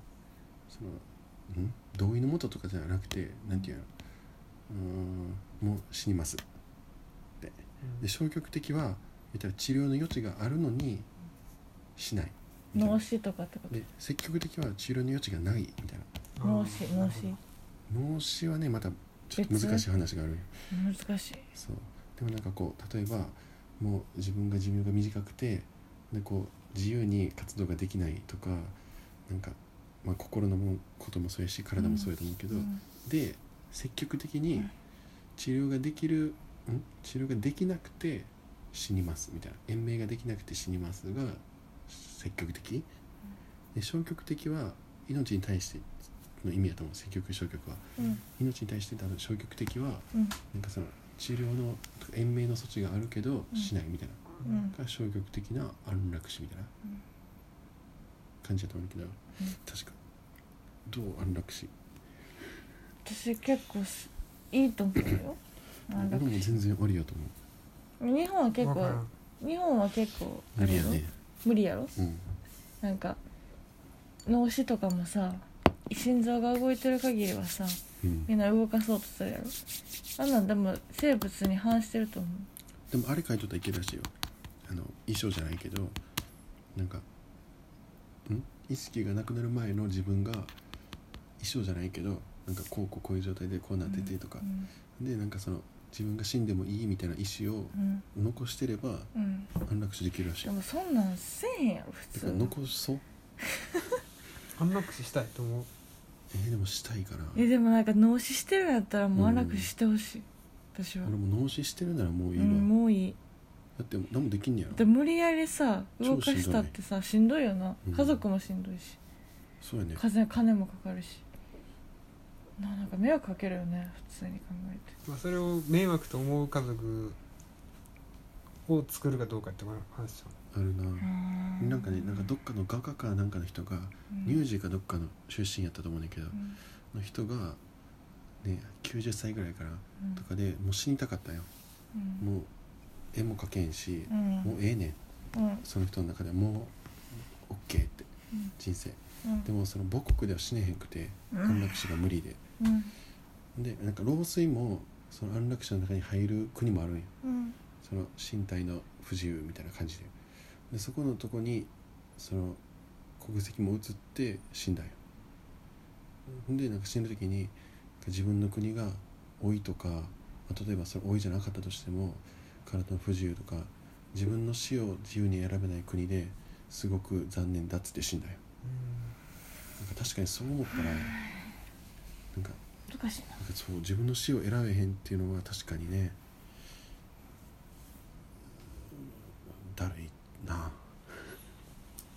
[SPEAKER 1] そのん同意のもととかじゃなくてなんていうのうーんもう死にますで消極的は言ったら治療の余地があるのにしないみたい
[SPEAKER 2] 脳
[SPEAKER 1] な
[SPEAKER 2] 死とかってこと
[SPEAKER 1] で積極的は治療の余地がないみたいな
[SPEAKER 2] 脳死脳死
[SPEAKER 1] 脳死はねまたちょっと難しい話があるんよ
[SPEAKER 2] 難しい
[SPEAKER 1] そうでもなんかこう例えばもう自分が寿命が短くてでこう自由に活動ができないとかなんか、まあ、心のもこともそうやし体もそうやと思うけど、
[SPEAKER 2] うん
[SPEAKER 1] で積極的
[SPEAKER 2] う
[SPEAKER 1] に
[SPEAKER 2] ん
[SPEAKER 1] 治療ができる、ん、治療ができなくて死にますみたいな延命ができなくて死にますが積極的で消極的は命に対しての意味やと思う積極消極は
[SPEAKER 2] うん
[SPEAKER 1] 命に対して多分消極的は
[SPEAKER 2] うん
[SPEAKER 1] なんかその治療の延命の措置があるけど
[SPEAKER 2] うん
[SPEAKER 1] しないみたいな、
[SPEAKER 2] うん
[SPEAKER 1] が消極的な安楽死みたいな
[SPEAKER 2] うん
[SPEAKER 1] 感じだと思うけど、確かどう安楽死
[SPEAKER 2] 私結構すいいと思うよ なんだ
[SPEAKER 1] 俺
[SPEAKER 2] か
[SPEAKER 1] も全然ありやと思う
[SPEAKER 2] 日本は結
[SPEAKER 3] わから
[SPEAKER 2] 構
[SPEAKER 3] ん
[SPEAKER 2] 日本は結構あ
[SPEAKER 1] 無
[SPEAKER 2] れ
[SPEAKER 1] 理や
[SPEAKER 2] やろ
[SPEAKER 1] ね
[SPEAKER 2] 無理やろ
[SPEAKER 1] うん
[SPEAKER 2] なんか脳死とかもさ心臓が動いてる限りはさ
[SPEAKER 1] うん
[SPEAKER 2] みんな動かそうとするやろあんなんでも生物に反してると思
[SPEAKER 1] でもあれ書いとったらいけるらしいよあの衣装じゃないけどなんかん意識がなくなる前の自分が衣装じゃないけどなんかこうこうこういう状態でこう
[SPEAKER 2] う
[SPEAKER 1] なっててとか
[SPEAKER 2] う、ん
[SPEAKER 1] でなんかその自分が死んでもいいみたいな意思を
[SPEAKER 2] うん、
[SPEAKER 1] 残してれば
[SPEAKER 2] うん、
[SPEAKER 1] 安楽死できるらしい
[SPEAKER 2] で
[SPEAKER 1] よ
[SPEAKER 2] もそんなんせえへんやろ普
[SPEAKER 1] だ
[SPEAKER 2] 通
[SPEAKER 1] から残そう
[SPEAKER 3] 安楽死したいと思う
[SPEAKER 1] えーでもしたいかな
[SPEAKER 2] えでもなんか脳死してるんやったらもう安楽死してほしい、私は、
[SPEAKER 1] 俺も脳死してるならもういいわ、
[SPEAKER 2] うん、
[SPEAKER 1] だ
[SPEAKER 2] もういい
[SPEAKER 1] って何もできんねやろ
[SPEAKER 2] で無理やりさ動
[SPEAKER 1] 超
[SPEAKER 2] かしたってさしんどいよな、
[SPEAKER 1] うん
[SPEAKER 2] 家族もしんどいし
[SPEAKER 1] そうやね
[SPEAKER 2] 風金もかかるしななんか迷惑かけるよね普通に考えて
[SPEAKER 3] まあ、それを迷惑と思う家族を作るかどうかって話じ
[SPEAKER 1] あるな
[SPEAKER 2] あー
[SPEAKER 1] なんかねなんかどっかの画家かなんかの人が
[SPEAKER 2] うん
[SPEAKER 1] 乳児かどっかの出身やったと思うねんだけど
[SPEAKER 2] うん
[SPEAKER 1] の人がね90歳ぐらいから
[SPEAKER 2] うん
[SPEAKER 1] とかでもう死にたかったんよ
[SPEAKER 2] うん
[SPEAKER 1] もう絵も描けんし
[SPEAKER 2] う、ん
[SPEAKER 1] もうええねん
[SPEAKER 2] うん
[SPEAKER 1] その人の中でもう OK って
[SPEAKER 2] うん
[SPEAKER 1] 人生
[SPEAKER 2] うん
[SPEAKER 1] でもその母国では死ねへんくて
[SPEAKER 2] うん
[SPEAKER 1] 安楽死が無理で
[SPEAKER 2] うん
[SPEAKER 1] でなんか老衰もその安楽死の中に入る国もあるんよ
[SPEAKER 2] うん
[SPEAKER 1] その身体の不自由みたいな感じででそこのとこにその国籍も移って死んだんよでなんか死ぬ時に自分の国が老いとかまあ例えばそれ老いじゃなかったとしても体の不自由とか自分の死を自由に選べない国ですごく残念だっつって死んだんよ
[SPEAKER 3] ゃ
[SPEAKER 1] なんか確かにそう思ったらなんか
[SPEAKER 2] 難しいな
[SPEAKER 1] なんかそう自分の死を選べへんっていうのは確かにね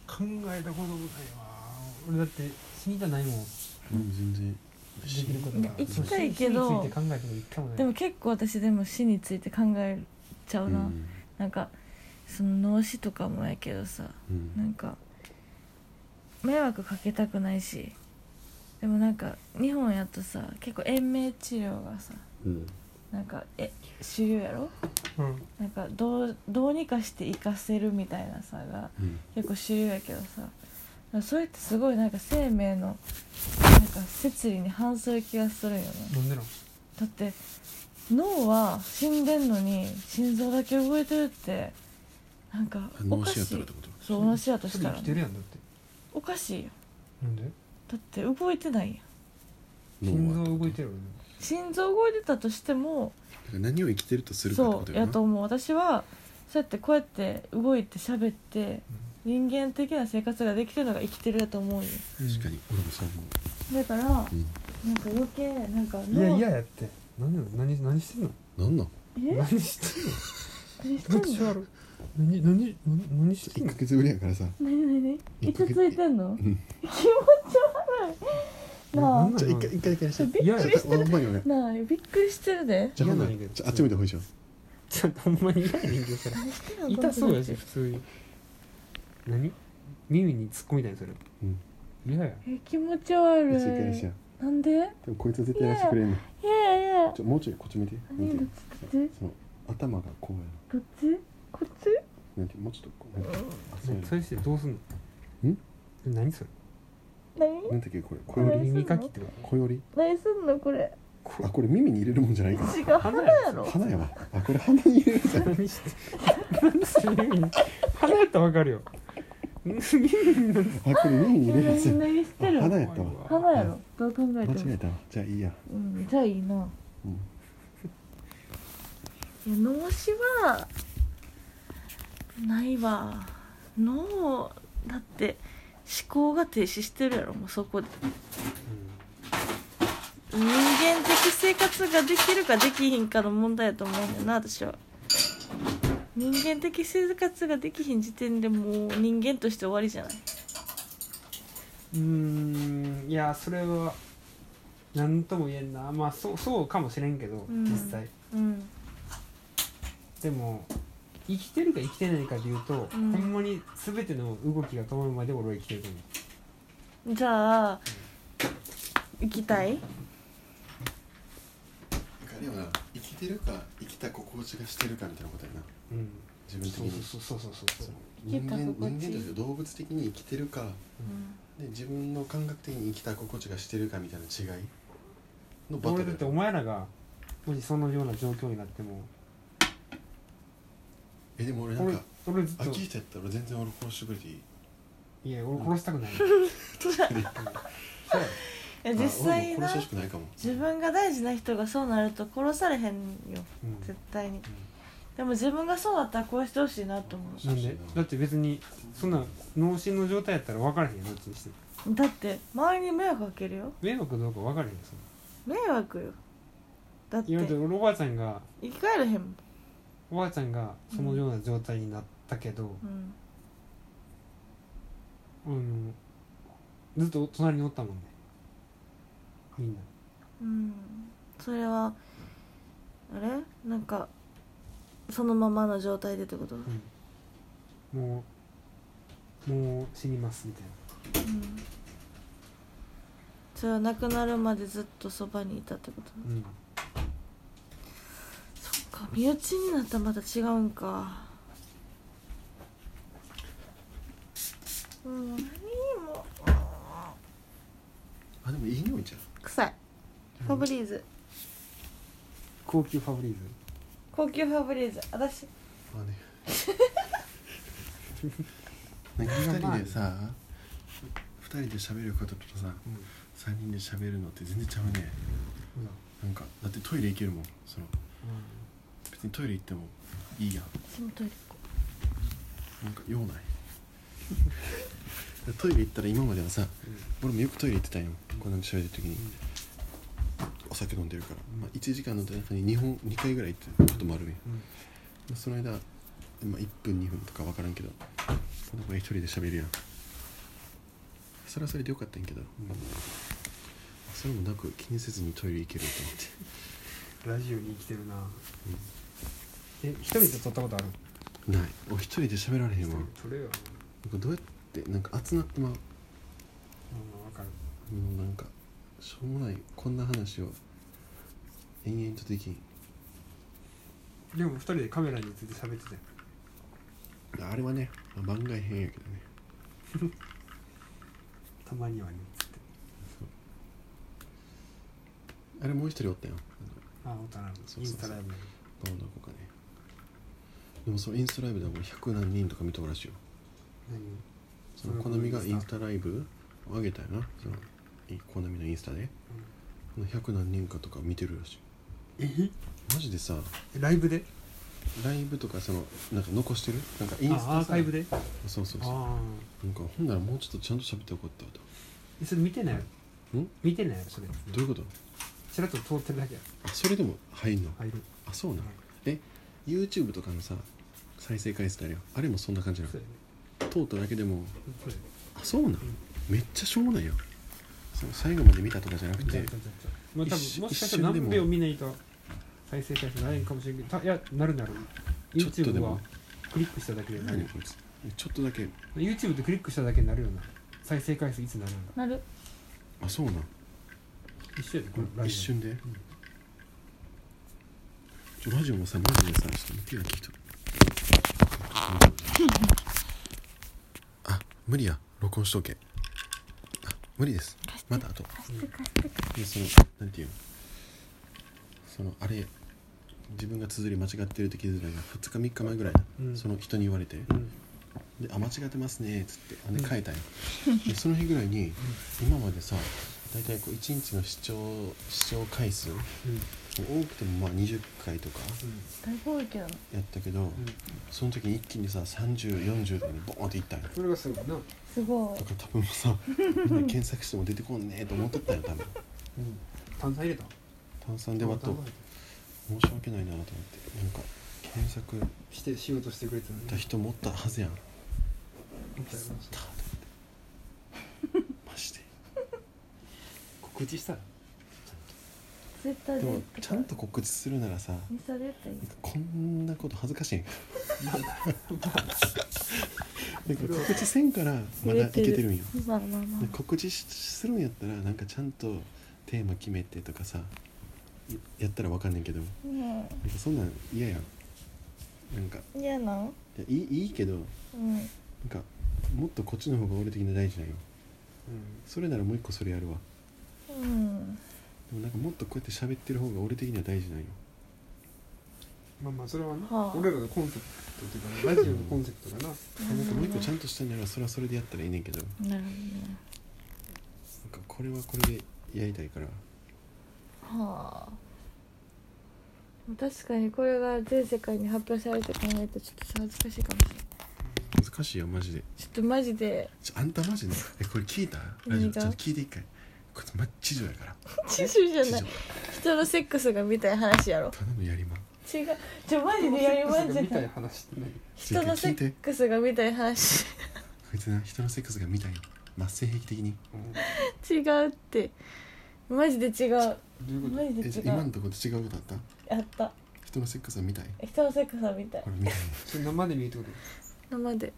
[SPEAKER 3] 考えたこともないわ俺だって死にたないもん
[SPEAKER 1] うん全然
[SPEAKER 3] できることが
[SPEAKER 1] いや生き
[SPEAKER 2] たいけど
[SPEAKER 3] そう死について考えたこと一回もない
[SPEAKER 2] でも結構私でも死について考えちゃ
[SPEAKER 1] う
[SPEAKER 2] うな、
[SPEAKER 1] ん
[SPEAKER 2] なんかその脳死とかもやけどさ
[SPEAKER 1] うん
[SPEAKER 2] なんか迷惑かけたくないしでもなんか日本やとさ結構延命治療がさ
[SPEAKER 1] うん
[SPEAKER 2] なんかえ主流やろ
[SPEAKER 3] うん
[SPEAKER 2] なんかどうどうにかして生かせるみたいなさが
[SPEAKER 1] うん
[SPEAKER 2] 結構主流やけどさだからそれってすごいなんか生命のなんか摂理に反する気がするよね
[SPEAKER 3] 飲んでろ
[SPEAKER 2] だって脳は死んでんのに心臓だけ動いてるってなんかお
[SPEAKER 1] 脳
[SPEAKER 2] か
[SPEAKER 1] 死やっ
[SPEAKER 2] した
[SPEAKER 1] らっ
[SPEAKER 2] い
[SPEAKER 1] てこと
[SPEAKER 2] そう同じやとしたら
[SPEAKER 3] そ
[SPEAKER 2] ね
[SPEAKER 3] れ生きてるやんだって
[SPEAKER 2] おかしいよ
[SPEAKER 3] なんで
[SPEAKER 2] だって動いてないやん
[SPEAKER 1] 脳
[SPEAKER 3] 心
[SPEAKER 1] は
[SPEAKER 3] 臓動いてるよ
[SPEAKER 2] 心臓動いてたとしても
[SPEAKER 1] だから何を生きてるとするかって
[SPEAKER 2] そ
[SPEAKER 1] こと
[SPEAKER 2] う
[SPEAKER 1] や
[SPEAKER 2] や
[SPEAKER 1] な
[SPEAKER 2] と思う私はそうやってこうやって動いて喋って人間的な生活ができてるのが生きてるやと思うよ
[SPEAKER 1] 確かに俺もそう思
[SPEAKER 2] だからなんか
[SPEAKER 1] う、うん、
[SPEAKER 2] 余計なんか
[SPEAKER 3] いや
[SPEAKER 2] 脳
[SPEAKER 3] いややって何なの何何してんの
[SPEAKER 1] なんなん
[SPEAKER 2] え
[SPEAKER 3] 何してんの
[SPEAKER 2] 何して
[SPEAKER 3] 何し
[SPEAKER 2] んの
[SPEAKER 3] てんの何何何何してん
[SPEAKER 1] 1
[SPEAKER 3] の
[SPEAKER 1] ヶ月ぶりやからさ
[SPEAKER 2] 何何
[SPEAKER 1] 一
[SPEAKER 2] い
[SPEAKER 1] ヶ
[SPEAKER 2] つ
[SPEAKER 1] 月
[SPEAKER 2] ついてんの
[SPEAKER 1] うん
[SPEAKER 2] 気持ち悪いな
[SPEAKER 3] 何
[SPEAKER 2] あ
[SPEAKER 1] じゃあ一回一回だけやして
[SPEAKER 2] びっ
[SPEAKER 3] いや
[SPEAKER 2] くり
[SPEAKER 3] いや
[SPEAKER 2] し
[SPEAKER 1] ほ
[SPEAKER 2] て
[SPEAKER 1] ん
[SPEAKER 2] る
[SPEAKER 1] まに俺
[SPEAKER 2] なあびっくりしてるで
[SPEAKER 1] じゃあほんま
[SPEAKER 3] 嫌な人
[SPEAKER 1] に
[SPEAKER 3] 間
[SPEAKER 1] じゃああっち向いてほいじゃん
[SPEAKER 3] ちょっとほんまに嫌や人形それ
[SPEAKER 2] 何してんの
[SPEAKER 3] 痛そうやし
[SPEAKER 2] この
[SPEAKER 3] 普通に何耳に突っ込みたいそれ
[SPEAKER 1] うん
[SPEAKER 3] 嫌や
[SPEAKER 2] 人え気持ち悪
[SPEAKER 1] 一回一回やして
[SPEAKER 2] い
[SPEAKER 1] や
[SPEAKER 2] なんでいや
[SPEAKER 1] でもこいつ絶対やらしてくれんの
[SPEAKER 2] いやいや
[SPEAKER 1] ちょもうちょいこっち見て見
[SPEAKER 2] 何
[SPEAKER 1] て
[SPEAKER 2] どっちどっち
[SPEAKER 1] その頭がこうや
[SPEAKER 2] どっちこっち
[SPEAKER 1] ななんてもうちょっとこうなんてあそうや
[SPEAKER 3] それしてどうすんの
[SPEAKER 1] ん
[SPEAKER 3] 何それ
[SPEAKER 2] 何
[SPEAKER 1] なんてっけこれ小よ
[SPEAKER 2] れ
[SPEAKER 1] り
[SPEAKER 3] 耳かきってこ
[SPEAKER 1] 小より
[SPEAKER 2] 何すんのこれ
[SPEAKER 1] あこれ耳に入れるもんじゃないか
[SPEAKER 2] 違う花やろ
[SPEAKER 1] 花やわあこれ鼻に入れるじゃ
[SPEAKER 3] と
[SPEAKER 1] ん
[SPEAKER 3] 何して何する耳に鼻やったらわかるよ耳に何
[SPEAKER 1] あこれ耳に入れるやつや
[SPEAKER 2] 何して
[SPEAKER 1] あ
[SPEAKER 2] る
[SPEAKER 1] 花や
[SPEAKER 3] や
[SPEAKER 1] ったわ
[SPEAKER 2] 花やろどう考え
[SPEAKER 1] 間
[SPEAKER 2] て
[SPEAKER 1] 違
[SPEAKER 2] も
[SPEAKER 1] えたわじゃあいいや
[SPEAKER 2] うんじゃあいいな
[SPEAKER 1] うん
[SPEAKER 2] いや脳死はないわ脳だって思考が停止してるやろもうそこで人間的生活ができるかできひんかの問題やと思うんだよな私は人間的生活ができひん時点でもう人間として終わりじゃない
[SPEAKER 3] うんいやそれは何とも言えんなまあそうそうかもしれんけど、
[SPEAKER 2] うん
[SPEAKER 3] 実際
[SPEAKER 2] うん
[SPEAKER 3] でも生きてるか生きてないかでいうと、
[SPEAKER 2] うん
[SPEAKER 3] ほんまに全ての動きが止まるまで俺は生きてると思う
[SPEAKER 2] じゃあ行きたい
[SPEAKER 1] 彼は生きてるか生きた心地がしてるかみたいなことやな
[SPEAKER 3] うん
[SPEAKER 1] 自分的
[SPEAKER 3] そう
[SPEAKER 1] に
[SPEAKER 3] そうそうそうそうそう
[SPEAKER 1] 人間
[SPEAKER 2] 生きた心地
[SPEAKER 1] 人間として動物的に生きてるかで自分の感覚的に生きた心地がしてるかみたいな違いのバト
[SPEAKER 3] 俺
[SPEAKER 1] ル
[SPEAKER 3] だって
[SPEAKER 1] や
[SPEAKER 3] お前らがもしそのような状況になっても
[SPEAKER 1] えでも俺なん
[SPEAKER 3] 俺
[SPEAKER 1] か
[SPEAKER 3] 俺ずっ
[SPEAKER 1] 秋
[SPEAKER 3] と
[SPEAKER 1] 人やったら俺全然俺殺してくれていい
[SPEAKER 3] いや俺殺したくないそうや
[SPEAKER 2] え実
[SPEAKER 1] あ
[SPEAKER 2] 際
[SPEAKER 1] 俺も殺
[SPEAKER 2] な
[SPEAKER 1] してほしくないかも
[SPEAKER 2] 自分が大事な人がそうなると殺されへんよ
[SPEAKER 3] うん
[SPEAKER 2] 絶対にでも自分がそうだったらこうしてほしいなと思
[SPEAKER 3] なんでだって別にそんな脳死の状態やったら分からへんよどっちにしても
[SPEAKER 2] うだって周りに迷惑かけるよ
[SPEAKER 3] 迷惑どうか分からへんよそんな
[SPEAKER 2] 迷惑よだって
[SPEAKER 3] 今まで
[SPEAKER 2] 生
[SPEAKER 3] 俺おばあちゃんが
[SPEAKER 2] き返れへんもん、
[SPEAKER 3] おばあちゃんがそのような状態になったけど、
[SPEAKER 2] うん、
[SPEAKER 3] うん、ずっと隣におったもんねみんな
[SPEAKER 2] うんそれはあれなんかそのままの状態でってこと、うん
[SPEAKER 3] うん、もうもう死にますみたいな
[SPEAKER 2] それは亡くなるまでずっとそばにいたってこと、
[SPEAKER 3] うん
[SPEAKER 2] そっか身内になったらまた違うんかうん何にも
[SPEAKER 1] あでもいい匂いじゃん
[SPEAKER 2] 臭いファブリーズ
[SPEAKER 3] 高級ファブリーズ
[SPEAKER 2] 高級ファブリーズ私
[SPEAKER 1] まあねなんか2人でさ2人で喋ることとさ
[SPEAKER 3] うん
[SPEAKER 1] 3人で喋るのって全然ちゃうね
[SPEAKER 3] うん
[SPEAKER 1] なんかだってトイレ行けるもんその別にトイレ行ってもいいやん
[SPEAKER 2] そのトイレ行こ
[SPEAKER 1] なんか用ないトイレ行ったら今まではさ俺もよくトイレ行ってたんよこんなん喋ってる時に、お酒飲んでるから、まあ、1時間の中に2本2回ぐらい行ってこともあるんや
[SPEAKER 3] うん
[SPEAKER 1] その間、まあ、1分2分とか分からんけどこの子が一人で喋るやんそれはそれでよかったんやけどそれもなく気にせずにトイレ行けると思って
[SPEAKER 3] ラジオに生きてるな、え一人で撮ったことある
[SPEAKER 1] ないお一人で喋られへんわなんか
[SPEAKER 3] 撮れよ
[SPEAKER 1] どうやってなんか集まってまう
[SPEAKER 3] うんわかる
[SPEAKER 1] もうなんかしょうもないこんな話を延々とできん
[SPEAKER 3] でも二人でカメラについて喋ってたよ
[SPEAKER 1] あれはね、まあ番外編やけどね
[SPEAKER 3] たまにはねつって
[SPEAKER 1] あれもう一人おったよ
[SPEAKER 3] あおたなの
[SPEAKER 1] そうそうそう
[SPEAKER 3] インスタライブ
[SPEAKER 1] どんな子かねでもそのインスタライブではもう100何人とか見とおらしいよ
[SPEAKER 3] 何
[SPEAKER 1] その
[SPEAKER 3] そ
[SPEAKER 1] 好
[SPEAKER 3] の子の
[SPEAKER 1] みが
[SPEAKER 3] イ
[SPEAKER 1] イ
[SPEAKER 3] ン
[SPEAKER 1] ン
[SPEAKER 3] ス
[SPEAKER 1] ス
[SPEAKER 3] タ
[SPEAKER 1] タライブを上げたよなそのい好みのインスタでこの100何人かとか見てるらしい
[SPEAKER 3] え
[SPEAKER 1] マジでさ
[SPEAKER 3] ライブで
[SPEAKER 1] ライブとかそのなんか残してるなんかインスタさ
[SPEAKER 3] あアーカイブであ
[SPEAKER 1] そうそうそう
[SPEAKER 3] あ
[SPEAKER 1] なんかほんならもうちょっとちゃんと喋ってよかったわと
[SPEAKER 3] えそれ見てない
[SPEAKER 1] ん
[SPEAKER 3] 見てないそれ
[SPEAKER 1] どういうこと
[SPEAKER 3] ちらっと通ってるだけや
[SPEAKER 1] あそれでも入んの
[SPEAKER 3] 入る
[SPEAKER 1] あそうなの
[SPEAKER 3] はい
[SPEAKER 1] YouTube とかのさ再生回数ってあれよあれもそんな感じな
[SPEAKER 3] そうやね
[SPEAKER 1] の通っただけでも
[SPEAKER 3] そうやね
[SPEAKER 1] あそうなんめっちゃしょうもないよその最後まで見たとかじゃなく
[SPEAKER 3] じ
[SPEAKER 1] て
[SPEAKER 3] ゃあ
[SPEAKER 1] い
[SPEAKER 3] じゃあじゃあまあ多
[SPEAKER 1] 一
[SPEAKER 3] 分
[SPEAKER 1] 瞬
[SPEAKER 3] もしかしたら
[SPEAKER 1] 一瞬で
[SPEAKER 3] 何
[SPEAKER 1] も
[SPEAKER 3] 秒見ないと再生回数ないんかもしれんけどたいやなるなる
[SPEAKER 1] ちょっと
[SPEAKER 3] YouTube
[SPEAKER 1] で
[SPEAKER 3] は
[SPEAKER 1] も
[SPEAKER 3] クリックしただけでな
[SPEAKER 1] 何
[SPEAKER 3] る
[SPEAKER 1] こいつちょっとだけ
[SPEAKER 3] YouTube でクリックしただけになるよな再生回数いつなるんだ
[SPEAKER 2] なる
[SPEAKER 1] あそうなん
[SPEAKER 3] 一緒やでこれラジオ
[SPEAKER 1] 一瞬で、ちょラジオもさマジでさちょっと手が切るあ無理や録音しとけあ無理ですまた後
[SPEAKER 2] 貸して貸して
[SPEAKER 1] でそのなんていうのそのあれ自分が綴り間違ってるって気づいたのが2日3日前ぐらい、
[SPEAKER 3] うん
[SPEAKER 1] その人に言われて
[SPEAKER 3] うんうん
[SPEAKER 1] で「あ間違ってますね」っつってあ
[SPEAKER 3] う
[SPEAKER 1] で
[SPEAKER 3] ん
[SPEAKER 1] 変えたんよ、でその日ぐらいに今までさ大体こう1日の視聴視聴回数多くてもまあ20回とか
[SPEAKER 2] だいぶ多いけどな
[SPEAKER 1] やったけど、
[SPEAKER 3] うん
[SPEAKER 1] その時に一気にさ3040とかにボーンっていったんよ
[SPEAKER 3] それがすごいな
[SPEAKER 2] すご
[SPEAKER 1] だから多分さみんな検索しても出てこんねえと思っとったよ多分
[SPEAKER 3] うん炭酸入れた
[SPEAKER 1] 炭酸で割っと
[SPEAKER 3] 炭酸入れ
[SPEAKER 1] 申し訳ないなと思ってなんか検索
[SPEAKER 3] たしてしようとしてくれてたの
[SPEAKER 1] た人持ったはずやん
[SPEAKER 3] みたいな
[SPEAKER 1] たと思ってマジで
[SPEAKER 3] 告知したら
[SPEAKER 2] いツイッター
[SPEAKER 1] で
[SPEAKER 2] で言
[SPEAKER 1] も
[SPEAKER 2] って
[SPEAKER 1] ちゃんと告知するならさ
[SPEAKER 2] インスタで言ったらいい
[SPEAKER 1] こんなこと恥ずかしいん なんか告知せんからまだいけてるんよ
[SPEAKER 2] まあまあま
[SPEAKER 1] で
[SPEAKER 2] あ
[SPEAKER 1] 告知しするんやったらなんかちゃんとテーマ決めてとかさいやったらわかんねんけどなんか
[SPEAKER 2] うん
[SPEAKER 1] そんなん嫌やんなんか
[SPEAKER 2] 嫌なん
[SPEAKER 1] いやいいいいけどなん
[SPEAKER 2] うん
[SPEAKER 1] かもっとこっちの方が俺的に大事なんよ
[SPEAKER 3] うん
[SPEAKER 1] それならもう一個それやるわ
[SPEAKER 2] うん
[SPEAKER 1] でもなんかもっとこうやって喋ってる方が俺的には大事なんよ
[SPEAKER 3] まあまあそれはな
[SPEAKER 2] はあ
[SPEAKER 3] 俺らのコンセプトっていうかなラジオのコンセプトがな
[SPEAKER 1] なんかもう一個ちゃんとしたならそれはそれでやったらいいねんけどなん
[SPEAKER 2] なる
[SPEAKER 1] かこれはこれでやりたいから
[SPEAKER 2] ほどねはあ確かにこれが全世界に発表されて考えるとちょっと恥ずかしいかもしれない
[SPEAKER 1] 難しいよマジで
[SPEAKER 2] ちょっとマジで
[SPEAKER 1] ちょあんたマジでえこれ聞いたラジオ
[SPEAKER 2] 何
[SPEAKER 1] ち
[SPEAKER 2] が
[SPEAKER 1] ょっと聞いて一回こいつマッチ女やから
[SPEAKER 2] 知事じゃ
[SPEAKER 1] 地
[SPEAKER 2] な
[SPEAKER 1] 上
[SPEAKER 2] い人のセックスが見たい話やろ
[SPEAKER 1] ただのやりまん
[SPEAKER 2] 違うちょマジでやりまんじゃ
[SPEAKER 3] みた
[SPEAKER 2] ないい
[SPEAKER 3] 話ってない
[SPEAKER 2] 人のセックスが見たい話
[SPEAKER 1] こいつな人のセックスが見たいよ末性癖的に
[SPEAKER 2] 違うってマジで違う
[SPEAKER 3] どういう
[SPEAKER 2] マ
[SPEAKER 3] こ
[SPEAKER 2] ジ
[SPEAKER 1] え
[SPEAKER 2] で
[SPEAKER 1] じゃ
[SPEAKER 2] 違
[SPEAKER 1] あ今
[SPEAKER 2] う
[SPEAKER 1] のとこで違うことあった
[SPEAKER 2] やった
[SPEAKER 1] 人のセックスが見たい
[SPEAKER 2] 人のセックスが見たい
[SPEAKER 1] ほら見たい
[SPEAKER 3] とそれ生で見るってこ
[SPEAKER 2] 生で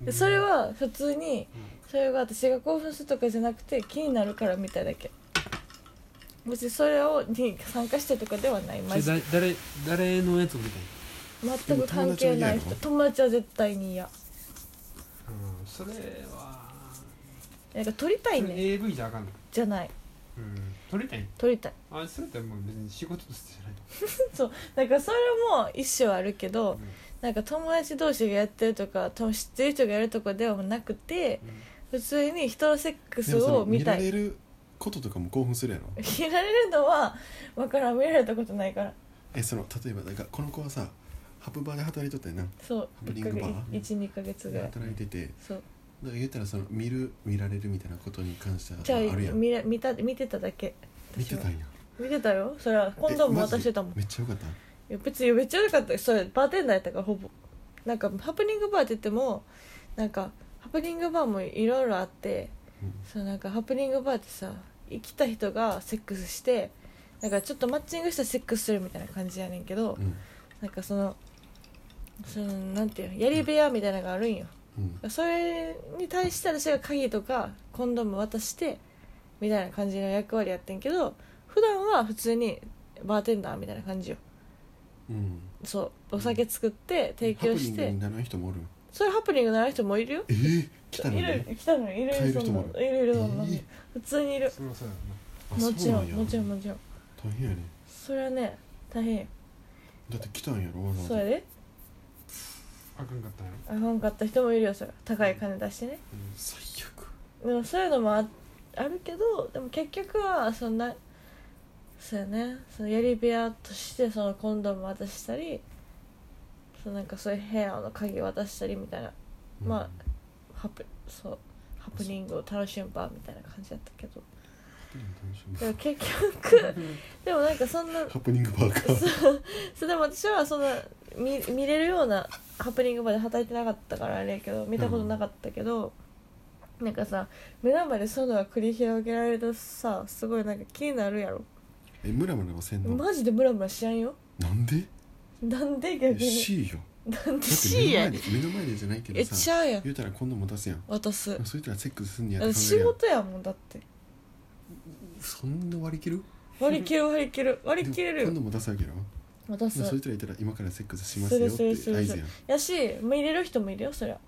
[SPEAKER 3] と
[SPEAKER 2] でそれは普通にそれが私が興奮するとかじゃなくて気になるから見ただけ別にそれをに参加したとかではないマジ
[SPEAKER 3] そ
[SPEAKER 2] で
[SPEAKER 3] れだ誰誰のやつを見たい
[SPEAKER 2] 全く関係ない人
[SPEAKER 1] でも友達は嫌やろ
[SPEAKER 2] 友達は絶対に嫌
[SPEAKER 3] うんそれは
[SPEAKER 2] なんか撮りたい
[SPEAKER 3] それ
[SPEAKER 2] ね
[SPEAKER 3] AV じゃあかんない
[SPEAKER 2] じゃない
[SPEAKER 3] うん撮りたい
[SPEAKER 2] 撮りたい
[SPEAKER 3] あそれってもう別に仕事としてじゃない
[SPEAKER 2] なんかそれも一生あるけど、
[SPEAKER 3] うん
[SPEAKER 2] なんか友達同士がやってるとか友知ってる人がやるとかではなくて普通に人のセック
[SPEAKER 1] で
[SPEAKER 2] ス
[SPEAKER 1] もそ
[SPEAKER 2] を
[SPEAKER 1] の
[SPEAKER 2] 見
[SPEAKER 1] 見
[SPEAKER 2] た
[SPEAKER 1] ら
[SPEAKER 2] い見
[SPEAKER 1] れ
[SPEAKER 2] ら
[SPEAKER 1] ることとかも興奮するやろ
[SPEAKER 2] れるのはわからん見られたことないから
[SPEAKER 1] えその例えばだからこの子はさハプバーで働いとったよな
[SPEAKER 2] そう
[SPEAKER 1] ハプニングバー
[SPEAKER 2] 12ヶ月ぐらい
[SPEAKER 1] 働いてて
[SPEAKER 2] そう
[SPEAKER 1] だから言ったらその見る見られるみたいなことに関しては
[SPEAKER 2] じゃあ
[SPEAKER 1] あるやん
[SPEAKER 2] 見ら見た見てただけ
[SPEAKER 1] 見てたんや
[SPEAKER 2] 見てたよそれは今度も渡してたもん
[SPEAKER 1] えマジでめっちゃよかった
[SPEAKER 2] いや別にめっちゃ良かったよそれバーテンダーやったからほぼなんかハプニングバーって言ってもなんかハプニングバーもいろいろあってそうなんかハプニングバーってさ生きた人がセックスしてなんかちょっとマッチングしたらセックスするみたいな感じやねんけど、
[SPEAKER 1] うん
[SPEAKER 2] なんかそのそのなんていうのやり部屋みたいなのがあるんよ
[SPEAKER 1] うん
[SPEAKER 2] それに対して私が鍵とかコンドーム渡してみたいな感じの役割やってんけど普段は普通にバーテンダーみたいな感じよ
[SPEAKER 1] うん
[SPEAKER 2] そうお酒作って提供し
[SPEAKER 1] ハプニング
[SPEAKER 2] て
[SPEAKER 1] にならない人もおるん
[SPEAKER 2] そういうハプニングなる人もいるよ
[SPEAKER 1] えー、来たの
[SPEAKER 2] いる
[SPEAKER 1] ね
[SPEAKER 2] 来たのいる
[SPEAKER 1] 帰る
[SPEAKER 2] そん
[SPEAKER 1] 人
[SPEAKER 2] な
[SPEAKER 1] も
[SPEAKER 2] の
[SPEAKER 1] あ
[SPEAKER 2] い
[SPEAKER 1] る
[SPEAKER 2] るいるそんなの
[SPEAKER 1] えー
[SPEAKER 2] 普通にいる
[SPEAKER 3] それはそうや
[SPEAKER 1] あ
[SPEAKER 2] もちろん
[SPEAKER 1] そうなや
[SPEAKER 2] もちろんもちろん
[SPEAKER 1] 大変やね
[SPEAKER 2] それはね大変よ
[SPEAKER 1] だって来たんやろわざわ
[SPEAKER 2] そ
[SPEAKER 1] ざ
[SPEAKER 2] れで
[SPEAKER 3] ろなあかんかったんやろ
[SPEAKER 2] あかんかった人もいるよそれは高い金出してね
[SPEAKER 1] 最悪
[SPEAKER 2] でもそういうのもああるけどでも結局はそんなそうやねそのやり部屋としてそのコンドーム渡したりそうなんかそういう部屋の鍵渡したりみたいなまあ
[SPEAKER 1] うん
[SPEAKER 2] ハプそうハプニングを楽しむ場みたいな感じだったけど
[SPEAKER 1] ハプニング楽しみ
[SPEAKER 2] でも結局 でもなんかそんな
[SPEAKER 1] ハプニングバーカー
[SPEAKER 2] そうでも私はそんな見見れるようなハプニングまで働いてなかったからあれやけど見たことなかったけど、なんかさ目の前でそういうのが繰り広げられるとさすごいなんか気になるやろ、
[SPEAKER 1] えムラムラはせんの、
[SPEAKER 2] マジでムラムラしやんよ
[SPEAKER 1] なんで
[SPEAKER 2] なんで逆に
[SPEAKER 1] C よ
[SPEAKER 2] なんで
[SPEAKER 1] だって目
[SPEAKER 2] C
[SPEAKER 1] の前
[SPEAKER 2] や
[SPEAKER 1] で目の前でじゃないけど
[SPEAKER 2] えち
[SPEAKER 1] さ
[SPEAKER 2] ゃうやん
[SPEAKER 1] 言うたら今度も出すやん
[SPEAKER 2] 渡す
[SPEAKER 1] そういったらセックスすんねやって考え
[SPEAKER 2] 仕
[SPEAKER 1] るやん
[SPEAKER 2] 事やもんだって
[SPEAKER 1] そんな割り切る
[SPEAKER 2] 割り切る割り切る割り切れる
[SPEAKER 1] 今
[SPEAKER 2] よ
[SPEAKER 1] 度も出すわけやろ
[SPEAKER 2] 渡
[SPEAKER 1] そうい
[SPEAKER 2] す
[SPEAKER 1] ったら言ったら今からセックスしますよって合
[SPEAKER 2] するするする
[SPEAKER 1] 図やん
[SPEAKER 2] やし見れる人もいるよそりゃ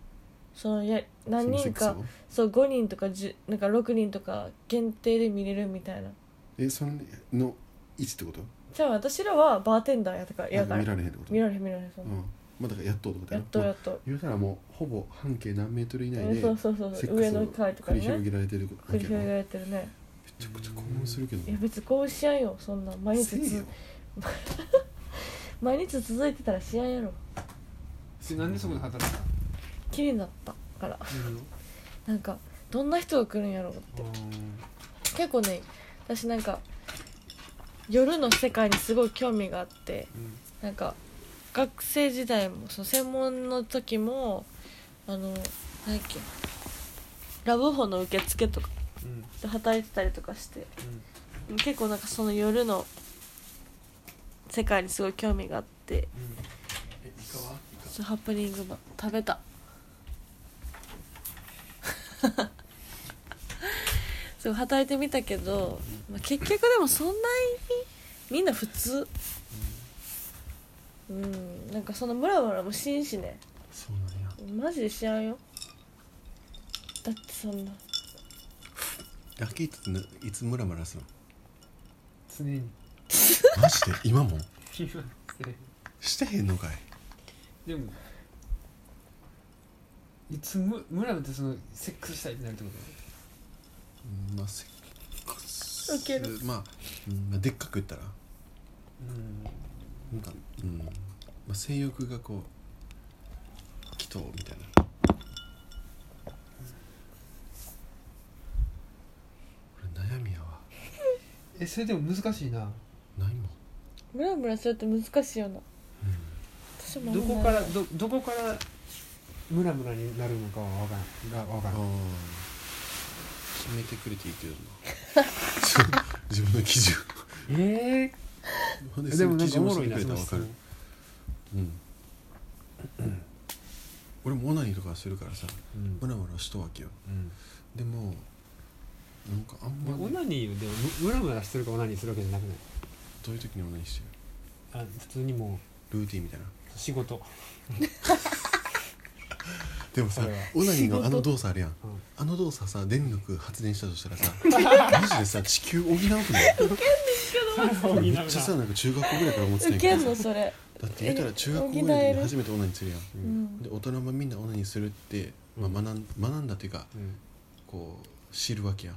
[SPEAKER 2] そのや何
[SPEAKER 1] そのセ
[SPEAKER 2] 人
[SPEAKER 1] ックス
[SPEAKER 2] か
[SPEAKER 1] を
[SPEAKER 2] そう5人とか10なんか6人とか限定で見れるみたいな
[SPEAKER 1] えそのの位置ってこと
[SPEAKER 2] じゃあ私らはバーテンダーやったからや
[SPEAKER 1] な
[SPEAKER 2] だ
[SPEAKER 1] ん
[SPEAKER 2] か
[SPEAKER 1] から見られへんってこと
[SPEAKER 2] 見られへん見られへんそん
[SPEAKER 1] う
[SPEAKER 2] なん
[SPEAKER 1] まあだからやっとうってこと
[SPEAKER 2] や
[SPEAKER 1] や
[SPEAKER 2] っ
[SPEAKER 1] ろ
[SPEAKER 2] と
[SPEAKER 1] ま
[SPEAKER 2] や
[SPEAKER 1] あ
[SPEAKER 2] っと
[SPEAKER 1] 言うたらもうほぼ半径何メートル以内
[SPEAKER 2] え
[SPEAKER 1] で
[SPEAKER 2] そうそうそう
[SPEAKER 1] セ
[SPEAKER 2] そ
[SPEAKER 1] ッ
[SPEAKER 2] う
[SPEAKER 1] ク
[SPEAKER 2] 上
[SPEAKER 1] ス
[SPEAKER 2] の
[SPEAKER 1] を
[SPEAKER 2] 階とか
[SPEAKER 1] 繰り
[SPEAKER 2] にね
[SPEAKER 1] 広げられてるわ
[SPEAKER 2] 繰
[SPEAKER 1] け
[SPEAKER 2] り
[SPEAKER 1] やろ
[SPEAKER 2] 広げ
[SPEAKER 1] め
[SPEAKER 2] られてるね
[SPEAKER 1] ちゃくちゃ興奮するけど
[SPEAKER 2] いや別に興奮しやんよそんな毎
[SPEAKER 1] せ
[SPEAKER 2] 日
[SPEAKER 1] え
[SPEAKER 2] つ
[SPEAKER 1] よ
[SPEAKER 2] 毎日続いてたらしやんやろ
[SPEAKER 3] でなんでそこで働いたの
[SPEAKER 2] 気になったから
[SPEAKER 3] いるの
[SPEAKER 2] なんかどんな人が来るんやろうって結構ね私なんか夜の世界にすごい興味があってなんか学生時代もその専門の時もあの何やっけラブホの受付とか
[SPEAKER 3] うんうん
[SPEAKER 2] で働いてたりとかして
[SPEAKER 3] うん
[SPEAKER 2] 結構なんかその夜の世界にすごい興味があって
[SPEAKER 3] うん
[SPEAKER 1] えイカはイカ
[SPEAKER 2] そうハプニングも食べた そう働いてみたけど、まあ、結局でもそんなにみんな普通うんなんかそのムラムラもしんしね
[SPEAKER 1] そうなんや
[SPEAKER 2] マジで知らんよだってそんな
[SPEAKER 1] ラッキーってねいつムラムラするの
[SPEAKER 3] 常に
[SPEAKER 1] マジで今も
[SPEAKER 3] 気はし
[SPEAKER 1] して
[SPEAKER 3] て
[SPEAKER 1] へんのかい
[SPEAKER 3] でもいつむ村ってそのセックスしたいってなるってこ
[SPEAKER 1] うんまあセックス
[SPEAKER 2] ウケる
[SPEAKER 1] まあ、うんまあ、でっかく言ったら
[SPEAKER 3] とうん
[SPEAKER 1] なんか、うんまあ、性欲がこうきとうみたいなこれ悩みやわ
[SPEAKER 3] えそれでも難しいな
[SPEAKER 1] ないもん
[SPEAKER 2] ムラムラするって難しいよな、私もあん
[SPEAKER 3] ど
[SPEAKER 2] まない
[SPEAKER 3] こからどどこからムラムラになるのかは分からんが分か
[SPEAKER 1] あ
[SPEAKER 3] らん
[SPEAKER 1] あ決めてくれていいけどな 自分の基準
[SPEAKER 3] え
[SPEAKER 1] ほん
[SPEAKER 3] え
[SPEAKER 1] で
[SPEAKER 3] でもなんかおも
[SPEAKER 1] そ
[SPEAKER 3] ろ
[SPEAKER 1] の
[SPEAKER 3] い
[SPEAKER 1] 基準
[SPEAKER 3] な
[SPEAKER 1] をして
[SPEAKER 3] そ
[SPEAKER 1] くれたら分か
[SPEAKER 3] の質
[SPEAKER 1] る
[SPEAKER 3] 問
[SPEAKER 1] うん俺もオナニーとかするからさ
[SPEAKER 3] うん
[SPEAKER 1] ムラムラしとうわけよ
[SPEAKER 3] うん
[SPEAKER 1] でもなんかあん
[SPEAKER 3] まあオ
[SPEAKER 1] ま
[SPEAKER 3] ナニーでもムムラムラしてるかオナニーするわけじゃなくない
[SPEAKER 1] どういう時にオナニーして
[SPEAKER 3] あ普通にも
[SPEAKER 1] るルーティンみたいな
[SPEAKER 3] う仕事、
[SPEAKER 1] でもさ
[SPEAKER 3] これは
[SPEAKER 1] オナニーのあの動作あるやん
[SPEAKER 3] うん
[SPEAKER 1] あの動作さ電力発電したとしたら さマジでさ地球補うくないめっちゃさなんか中学校ぐらいから思ってたん
[SPEAKER 2] ウ
[SPEAKER 1] や
[SPEAKER 2] ケ
[SPEAKER 1] け
[SPEAKER 2] ん
[SPEAKER 1] ど
[SPEAKER 2] の
[SPEAKER 1] さ
[SPEAKER 2] それ
[SPEAKER 1] だって言ったら中学校ぐらいで初めてオナニーするやん、
[SPEAKER 3] う
[SPEAKER 2] うんん
[SPEAKER 1] で大人もみんなオナニーするって、まあ、学ん学んだっていうか
[SPEAKER 3] うん
[SPEAKER 1] こう知るわけやん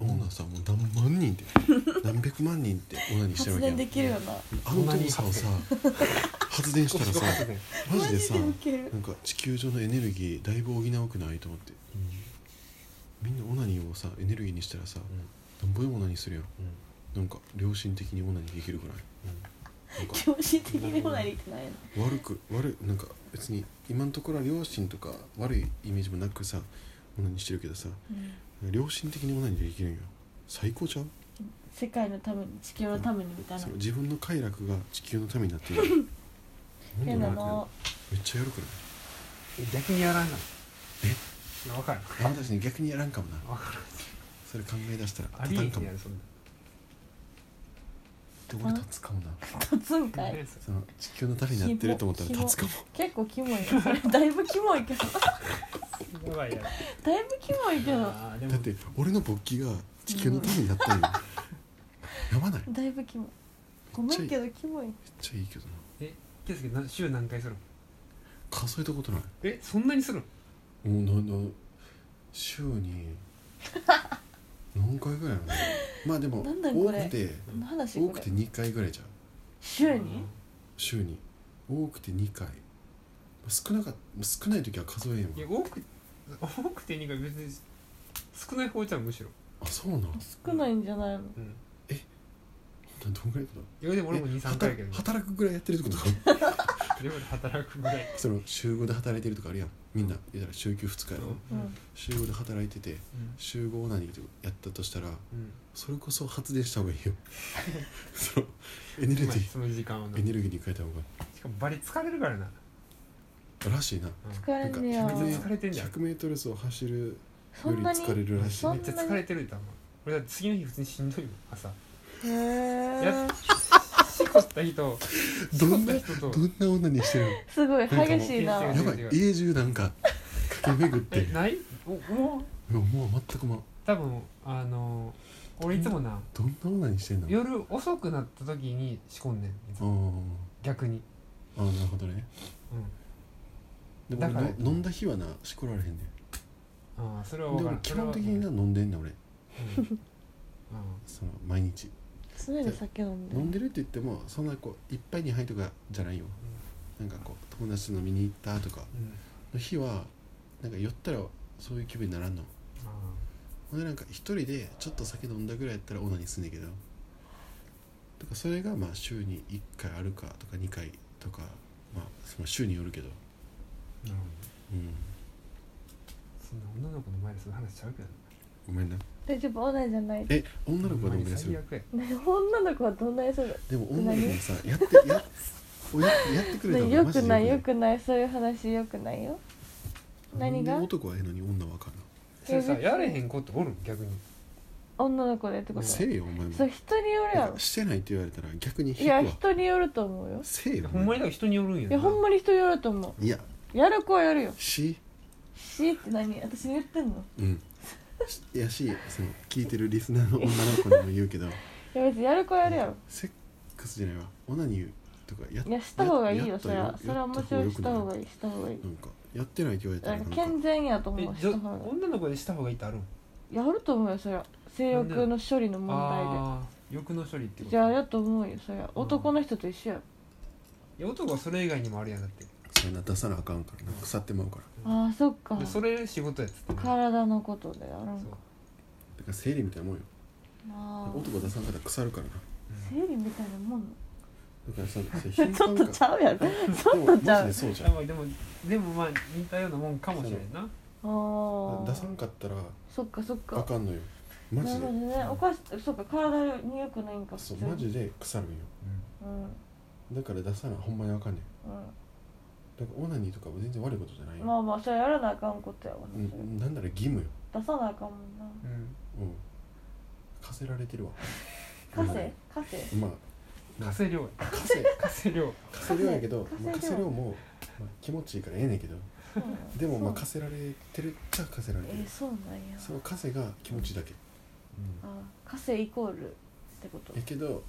[SPEAKER 1] オナさもう何万人って 何百万人ってオナニーしてるわけや
[SPEAKER 2] 発電
[SPEAKER 1] ん
[SPEAKER 2] できるよな
[SPEAKER 1] あの動作をさ発電したらさマジでさ
[SPEAKER 2] マジでウケる
[SPEAKER 1] なんか地球上のエネルギーだいぶ補うくないと思ってみんなオナニーをさエネルギーにしたらさ、なんぼでもオナニーするやんなんか良心的にオナニーできるぐらいなんか
[SPEAKER 2] 教師的にもなりってないの
[SPEAKER 1] 悪く悪いなんか別に今のところは良心とか悪いイメージもなくさオナニーしてるけどさ
[SPEAKER 2] うん
[SPEAKER 1] 良心的にオナニーできるんよ最高ちゃう
[SPEAKER 2] 世界のために地球のためにみたいな
[SPEAKER 1] その自分の快楽が地球のためにな っている
[SPEAKER 2] 変
[SPEAKER 1] な
[SPEAKER 2] なん
[SPEAKER 1] だろう
[SPEAKER 2] の
[SPEAKER 1] めっちゃやるか
[SPEAKER 3] 逆にやらんなえ分からん
[SPEAKER 1] らね私ね逆にやらんかもな
[SPEAKER 3] 分からん
[SPEAKER 1] それ考え出したら
[SPEAKER 3] ありえへ
[SPEAKER 1] ん
[SPEAKER 3] ん
[SPEAKER 1] かも
[SPEAKER 3] やろそんな
[SPEAKER 1] で俺立つかもな
[SPEAKER 2] 立つんかい
[SPEAKER 3] え
[SPEAKER 1] その地球のためになってると思ったら立つかも
[SPEAKER 2] 結構キモいよそれだいぶキモいけど
[SPEAKER 3] やばいやろ
[SPEAKER 2] だいぶキモいけど
[SPEAKER 3] あーでも
[SPEAKER 1] だって俺の勃起が地球のためになったんよやばないめっ
[SPEAKER 2] だいぶキモいごめんけどキモい
[SPEAKER 1] ちゃいいけどな
[SPEAKER 3] えケイスケな週何回するの
[SPEAKER 1] 数えたことない
[SPEAKER 3] えそんなにするの
[SPEAKER 1] もうなんだ週 に何回ぐらいなのまあでも
[SPEAKER 2] なんだ
[SPEAKER 1] 多
[SPEAKER 2] これ
[SPEAKER 1] くて
[SPEAKER 2] 何の話
[SPEAKER 1] 多
[SPEAKER 2] こ
[SPEAKER 1] く
[SPEAKER 2] れ
[SPEAKER 1] て2回ぐらいじゃん
[SPEAKER 2] 週に
[SPEAKER 1] 週に多くて2回少なか少ない時は数えんわ
[SPEAKER 3] いや多く多くて2回別に少ない方じゃんむしろ
[SPEAKER 1] あそうなんどん
[SPEAKER 2] 少ないんじゃないの
[SPEAKER 3] うん
[SPEAKER 1] ぐらいだ
[SPEAKER 3] いやでも俺も
[SPEAKER 1] え
[SPEAKER 3] 23回やけど
[SPEAKER 1] 働
[SPEAKER 3] ね
[SPEAKER 1] 働くぐらいやってるってこと
[SPEAKER 3] でも働くぐらい
[SPEAKER 1] その週5で働いてるとかあるやんみんな言うたら週休2日やろ、
[SPEAKER 2] う
[SPEAKER 3] うん
[SPEAKER 2] ん
[SPEAKER 1] 週5で働いてて週5何やったとしたら
[SPEAKER 3] うん
[SPEAKER 1] それこそ発電した方がい いよそのエネルギ
[SPEAKER 3] まあ
[SPEAKER 1] ー
[SPEAKER 3] その時間をな
[SPEAKER 1] エ
[SPEAKER 3] し
[SPEAKER 1] ネルギーに変えた方
[SPEAKER 3] かもバリ疲れるからな
[SPEAKER 1] がらしいな
[SPEAKER 2] 疲れ
[SPEAKER 1] なんんか
[SPEAKER 2] ねや
[SPEAKER 3] めっちゃ
[SPEAKER 1] 100
[SPEAKER 3] 疲れてんじゃん
[SPEAKER 1] メートル走を走るよ
[SPEAKER 2] そ
[SPEAKER 1] り
[SPEAKER 2] んなに
[SPEAKER 1] 疲れるらしい
[SPEAKER 2] そ
[SPEAKER 1] ね
[SPEAKER 2] ん
[SPEAKER 3] めっちゃ疲れてると思う俺だって次の日普通にしんどいもん朝
[SPEAKER 2] へえ
[SPEAKER 3] やしこった日と
[SPEAKER 1] ど
[SPEAKER 3] しこっ
[SPEAKER 1] んな
[SPEAKER 3] た人と
[SPEAKER 1] どんな女にしてる
[SPEAKER 2] すごい
[SPEAKER 1] なんかもう
[SPEAKER 2] 激しいな
[SPEAKER 1] の
[SPEAKER 3] や
[SPEAKER 1] やばい家中なんか駆け巡っ
[SPEAKER 3] え
[SPEAKER 1] て
[SPEAKER 3] ないおもう
[SPEAKER 1] もうもう全くま
[SPEAKER 3] 多分あの俺いつもな
[SPEAKER 1] どんな女にしてんの
[SPEAKER 3] 夜遅くなった時に仕込んねんいつ
[SPEAKER 1] あ
[SPEAKER 3] も逆に
[SPEAKER 1] ーあーなるほどね
[SPEAKER 3] うん
[SPEAKER 1] でも
[SPEAKER 3] だから
[SPEAKER 1] 俺の飲んだ日はなしこられへんねんで
[SPEAKER 3] ああそれは分か
[SPEAKER 1] 俺
[SPEAKER 3] る
[SPEAKER 1] 基本的にな
[SPEAKER 3] うん
[SPEAKER 1] 飲んでんねん俺
[SPEAKER 3] うん
[SPEAKER 1] その毎日
[SPEAKER 2] 常に酒飲んで
[SPEAKER 1] 飲ん
[SPEAKER 2] る
[SPEAKER 1] でるって言ってもそんなこう一杯二杯とかじゃないよなんかこう友達と飲みに行ったとか
[SPEAKER 3] うん
[SPEAKER 1] の日はなんか酔ったらそういう気分にならんの
[SPEAKER 3] あ
[SPEAKER 1] ほんでなんか一人でちょっと酒飲んだぐらいやったらオナニーすんねんけどだからそれがまあ週に1回あるかとか2回とかまあその週によるけど
[SPEAKER 3] あなるほど
[SPEAKER 1] うん
[SPEAKER 3] そんな女の子の前でその話しちゃうけどな
[SPEAKER 1] ごめんな
[SPEAKER 2] 大丈夫女じゃない
[SPEAKER 1] え女の子はどんぐらいす
[SPEAKER 3] 最
[SPEAKER 1] る
[SPEAKER 3] 悪や
[SPEAKER 2] ね女の子はどんなにする
[SPEAKER 1] でも女の子もさやってやっおややってくれた
[SPEAKER 2] ね
[SPEAKER 1] の
[SPEAKER 2] よ
[SPEAKER 1] マジ
[SPEAKER 2] く
[SPEAKER 1] で
[SPEAKER 2] ないよ
[SPEAKER 1] よく
[SPEAKER 2] くないそういう話よくないよ
[SPEAKER 1] ない
[SPEAKER 2] 何が
[SPEAKER 1] なんで男はええのに女はあかんの
[SPEAKER 3] それさやれへん子っておるん逆に
[SPEAKER 2] 女の子でってこと
[SPEAKER 1] せ
[SPEAKER 2] そ
[SPEAKER 1] えよお前も
[SPEAKER 2] れ人によるやろ
[SPEAKER 1] してないって言われたら逆に
[SPEAKER 2] い
[SPEAKER 1] 引く
[SPEAKER 2] や
[SPEAKER 1] わ
[SPEAKER 2] 人によると思うよ
[SPEAKER 1] せえよ
[SPEAKER 3] ほんまにだから人によるんや
[SPEAKER 2] いやほんまに人によると思
[SPEAKER 1] いや
[SPEAKER 2] うやる子はやるよ
[SPEAKER 1] し
[SPEAKER 2] しーって何私に言ってんの
[SPEAKER 1] うんしいやしその聞いてるリスナーの女の子にも言うけど
[SPEAKER 2] いや別にやる子はやるやろ
[SPEAKER 1] セックスじゃないわオナニーとかやっ
[SPEAKER 2] いやした方がいい
[SPEAKER 1] や
[SPEAKER 2] よ
[SPEAKER 1] った
[SPEAKER 2] それはそれはもちろんした方が
[SPEAKER 1] い
[SPEAKER 2] いいした方がいい
[SPEAKER 1] なんかやってないって言われたら
[SPEAKER 2] な
[SPEAKER 1] なんん
[SPEAKER 2] か
[SPEAKER 1] か
[SPEAKER 2] 健全やと
[SPEAKER 3] え
[SPEAKER 2] 思うし
[SPEAKER 3] じゃ
[SPEAKER 2] た方が
[SPEAKER 3] 女の子でした方がいいってあるん
[SPEAKER 2] いいやると思うよそりゃ性欲の処理の問題
[SPEAKER 3] ああ欲の処理ってこ
[SPEAKER 2] で
[SPEAKER 3] と
[SPEAKER 2] じゃあやと思うよそりゃ男の人と一緒や
[SPEAKER 3] いや男はそれ以外にもあるやんだって
[SPEAKER 1] そんな出さなあかんからな腐ってまうから
[SPEAKER 2] ああそっか
[SPEAKER 3] でそれ仕事やっつってね
[SPEAKER 2] 体のことでやるん
[SPEAKER 3] そ
[SPEAKER 2] か
[SPEAKER 3] う
[SPEAKER 1] だから生理みたいなもんよ
[SPEAKER 2] なあ
[SPEAKER 1] 男出さんかったら腐るからな
[SPEAKER 3] うん
[SPEAKER 2] 生理みたいなもん
[SPEAKER 1] だからさそれ頻
[SPEAKER 2] な ちょっとちゃ うやろ
[SPEAKER 1] ち
[SPEAKER 2] ょっとちゃう
[SPEAKER 1] マジでそうじゃ
[SPEAKER 3] あ
[SPEAKER 1] ん
[SPEAKER 3] まあでもでもまあ似たようなもんかもしれんな
[SPEAKER 2] あ
[SPEAKER 1] 出さ
[SPEAKER 2] あ
[SPEAKER 1] んかったら
[SPEAKER 2] そっかそっ
[SPEAKER 1] あ
[SPEAKER 2] か
[SPEAKER 1] かんのよマ
[SPEAKER 2] なる
[SPEAKER 1] ジ
[SPEAKER 2] ほ
[SPEAKER 1] で
[SPEAKER 2] どねおかしそっか体に良くないんか
[SPEAKER 1] そう
[SPEAKER 2] 普通に
[SPEAKER 1] マジで腐るんよ
[SPEAKER 2] うん
[SPEAKER 1] だから出さなほんまにあかんねんだからオナニーとかは全然悪いことじゃない
[SPEAKER 2] うん
[SPEAKER 1] よ、
[SPEAKER 2] まあまあそれやらなあかんことやわ
[SPEAKER 1] う
[SPEAKER 2] なそれ
[SPEAKER 1] んなんなら義務よ
[SPEAKER 2] 出さなあかんもんな
[SPEAKER 3] うん
[SPEAKER 1] うん課せられてるわ
[SPEAKER 2] カセカセ
[SPEAKER 1] まあ
[SPEAKER 3] 稼量や
[SPEAKER 1] 課せ
[SPEAKER 3] 稼量
[SPEAKER 1] 課せ量やけ ど
[SPEAKER 2] 稼い
[SPEAKER 1] まあ課せ量も、まあ、気持ちいいからええねんけど
[SPEAKER 2] そうなんや
[SPEAKER 1] でもまあ
[SPEAKER 2] そう
[SPEAKER 1] 課せられてるっちゃ課せられて
[SPEAKER 2] え
[SPEAKER 1] る
[SPEAKER 2] ーそうなんや
[SPEAKER 1] その課せが気持ちいいだけ
[SPEAKER 2] あーカセイコールってことう
[SPEAKER 1] やけど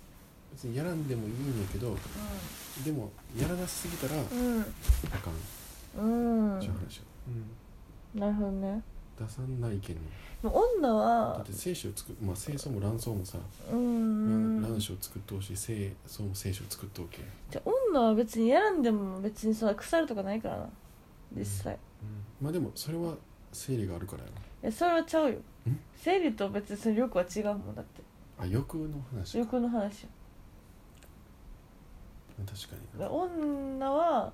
[SPEAKER 1] 別にやらんでもいいんやけど
[SPEAKER 2] ん
[SPEAKER 1] でもやらなすぎたらあかん
[SPEAKER 2] うんうん
[SPEAKER 1] ちゅう話よ
[SPEAKER 3] うん
[SPEAKER 2] なるほどね
[SPEAKER 1] 出さんないけんね
[SPEAKER 2] でも女
[SPEAKER 1] だっ
[SPEAKER 2] は
[SPEAKER 1] て精子を作るまあ精巣も卵巣もさ
[SPEAKER 2] うーん
[SPEAKER 1] 卵子を作ってほしい精巣も精子を作っておけ
[SPEAKER 2] じゃあ女は別にやらんでも別にそんな腐るとかないからな実際、
[SPEAKER 3] うん
[SPEAKER 1] まあでもそれは生理があるからやろ
[SPEAKER 2] えそれはちゃうよ生理と別にその欲は違うもんだって
[SPEAKER 1] あ欲の話か
[SPEAKER 2] 欲の話よ
[SPEAKER 1] 確かに
[SPEAKER 2] だから女は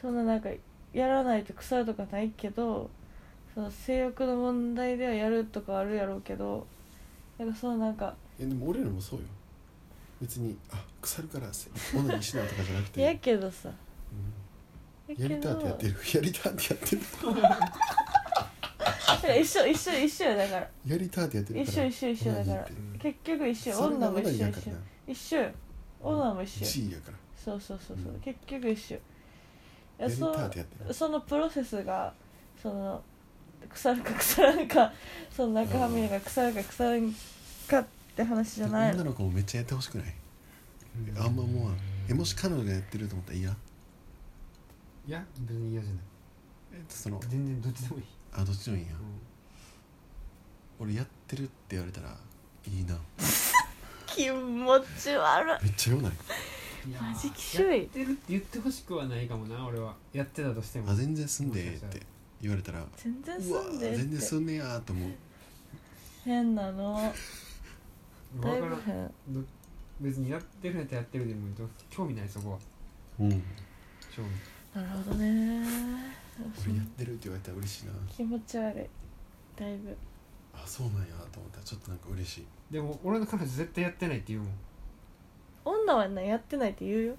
[SPEAKER 2] そんななんかやらないと腐るとかないけどその性欲の問題ではやるとかあるやろうけどなんかそのなんか
[SPEAKER 1] えでも俺らもそうよ別にあ腐るからせ女にしないとかじゃなく て
[SPEAKER 2] やけどさ
[SPEAKER 1] う
[SPEAKER 2] や
[SPEAKER 1] んやりたいってやってるやりたいってやってる
[SPEAKER 2] だから一緒一緒一緒よだから
[SPEAKER 1] やりたいってやってるから
[SPEAKER 2] 一緒一緒一緒だ
[SPEAKER 1] オ
[SPEAKER 2] から
[SPEAKER 1] ナニーって
[SPEAKER 2] 結局一緒
[SPEAKER 1] それが
[SPEAKER 2] 女も
[SPEAKER 1] オナ
[SPEAKER 2] 一
[SPEAKER 1] ニー
[SPEAKER 2] 緒
[SPEAKER 1] や
[SPEAKER 2] 一
[SPEAKER 1] か
[SPEAKER 2] 緒
[SPEAKER 1] らな
[SPEAKER 2] 一緒よ女も一緒よ
[SPEAKER 1] G やから
[SPEAKER 2] そうそうそうそう、
[SPEAKER 1] うん
[SPEAKER 2] 結局一緒い
[SPEAKER 1] や
[SPEAKER 2] や
[SPEAKER 1] りたいっ
[SPEAKER 2] そ
[SPEAKER 1] てやって
[SPEAKER 2] う
[SPEAKER 1] る
[SPEAKER 2] そのプロセスがその腐るか腐らんかその中身が腐るか腐らんかって話じゃない
[SPEAKER 1] 女の子もめっちゃやってほしくないあんま思わんえもし彼女がやってると思ったら嫌
[SPEAKER 3] いや別に嫌じゃない
[SPEAKER 1] えっとその
[SPEAKER 3] 全然どっちでもいい、
[SPEAKER 1] あどっちでもいいや俺やってるって言われたらいいな
[SPEAKER 2] 気持ち悪い
[SPEAKER 1] めっちゃよない
[SPEAKER 3] いや
[SPEAKER 2] マジきしょい
[SPEAKER 3] やってるって言ってほしくはないかもな俺はやってたとしても
[SPEAKER 1] あ全然すんでええって言われたら
[SPEAKER 2] 全然
[SPEAKER 1] うわ
[SPEAKER 2] 住んでって
[SPEAKER 1] 全然すんねやーと思う
[SPEAKER 2] 変なのだ
[SPEAKER 3] わ
[SPEAKER 2] い
[SPEAKER 3] か
[SPEAKER 2] ぶ
[SPEAKER 3] らん
[SPEAKER 2] 変
[SPEAKER 3] ど別にやってるやつやってるでもど興味ないそこは
[SPEAKER 1] うん
[SPEAKER 3] 正味
[SPEAKER 2] なるほどね
[SPEAKER 1] 俺やってるって言われたら嬉しいな
[SPEAKER 2] 気持ち悪いだいぶ
[SPEAKER 1] あそうなんやと思ったらちょっとなんか嬉しい
[SPEAKER 3] でも俺の彼女絶対やってないって言うもん、
[SPEAKER 2] 女はなやってないって言うよ
[SPEAKER 3] う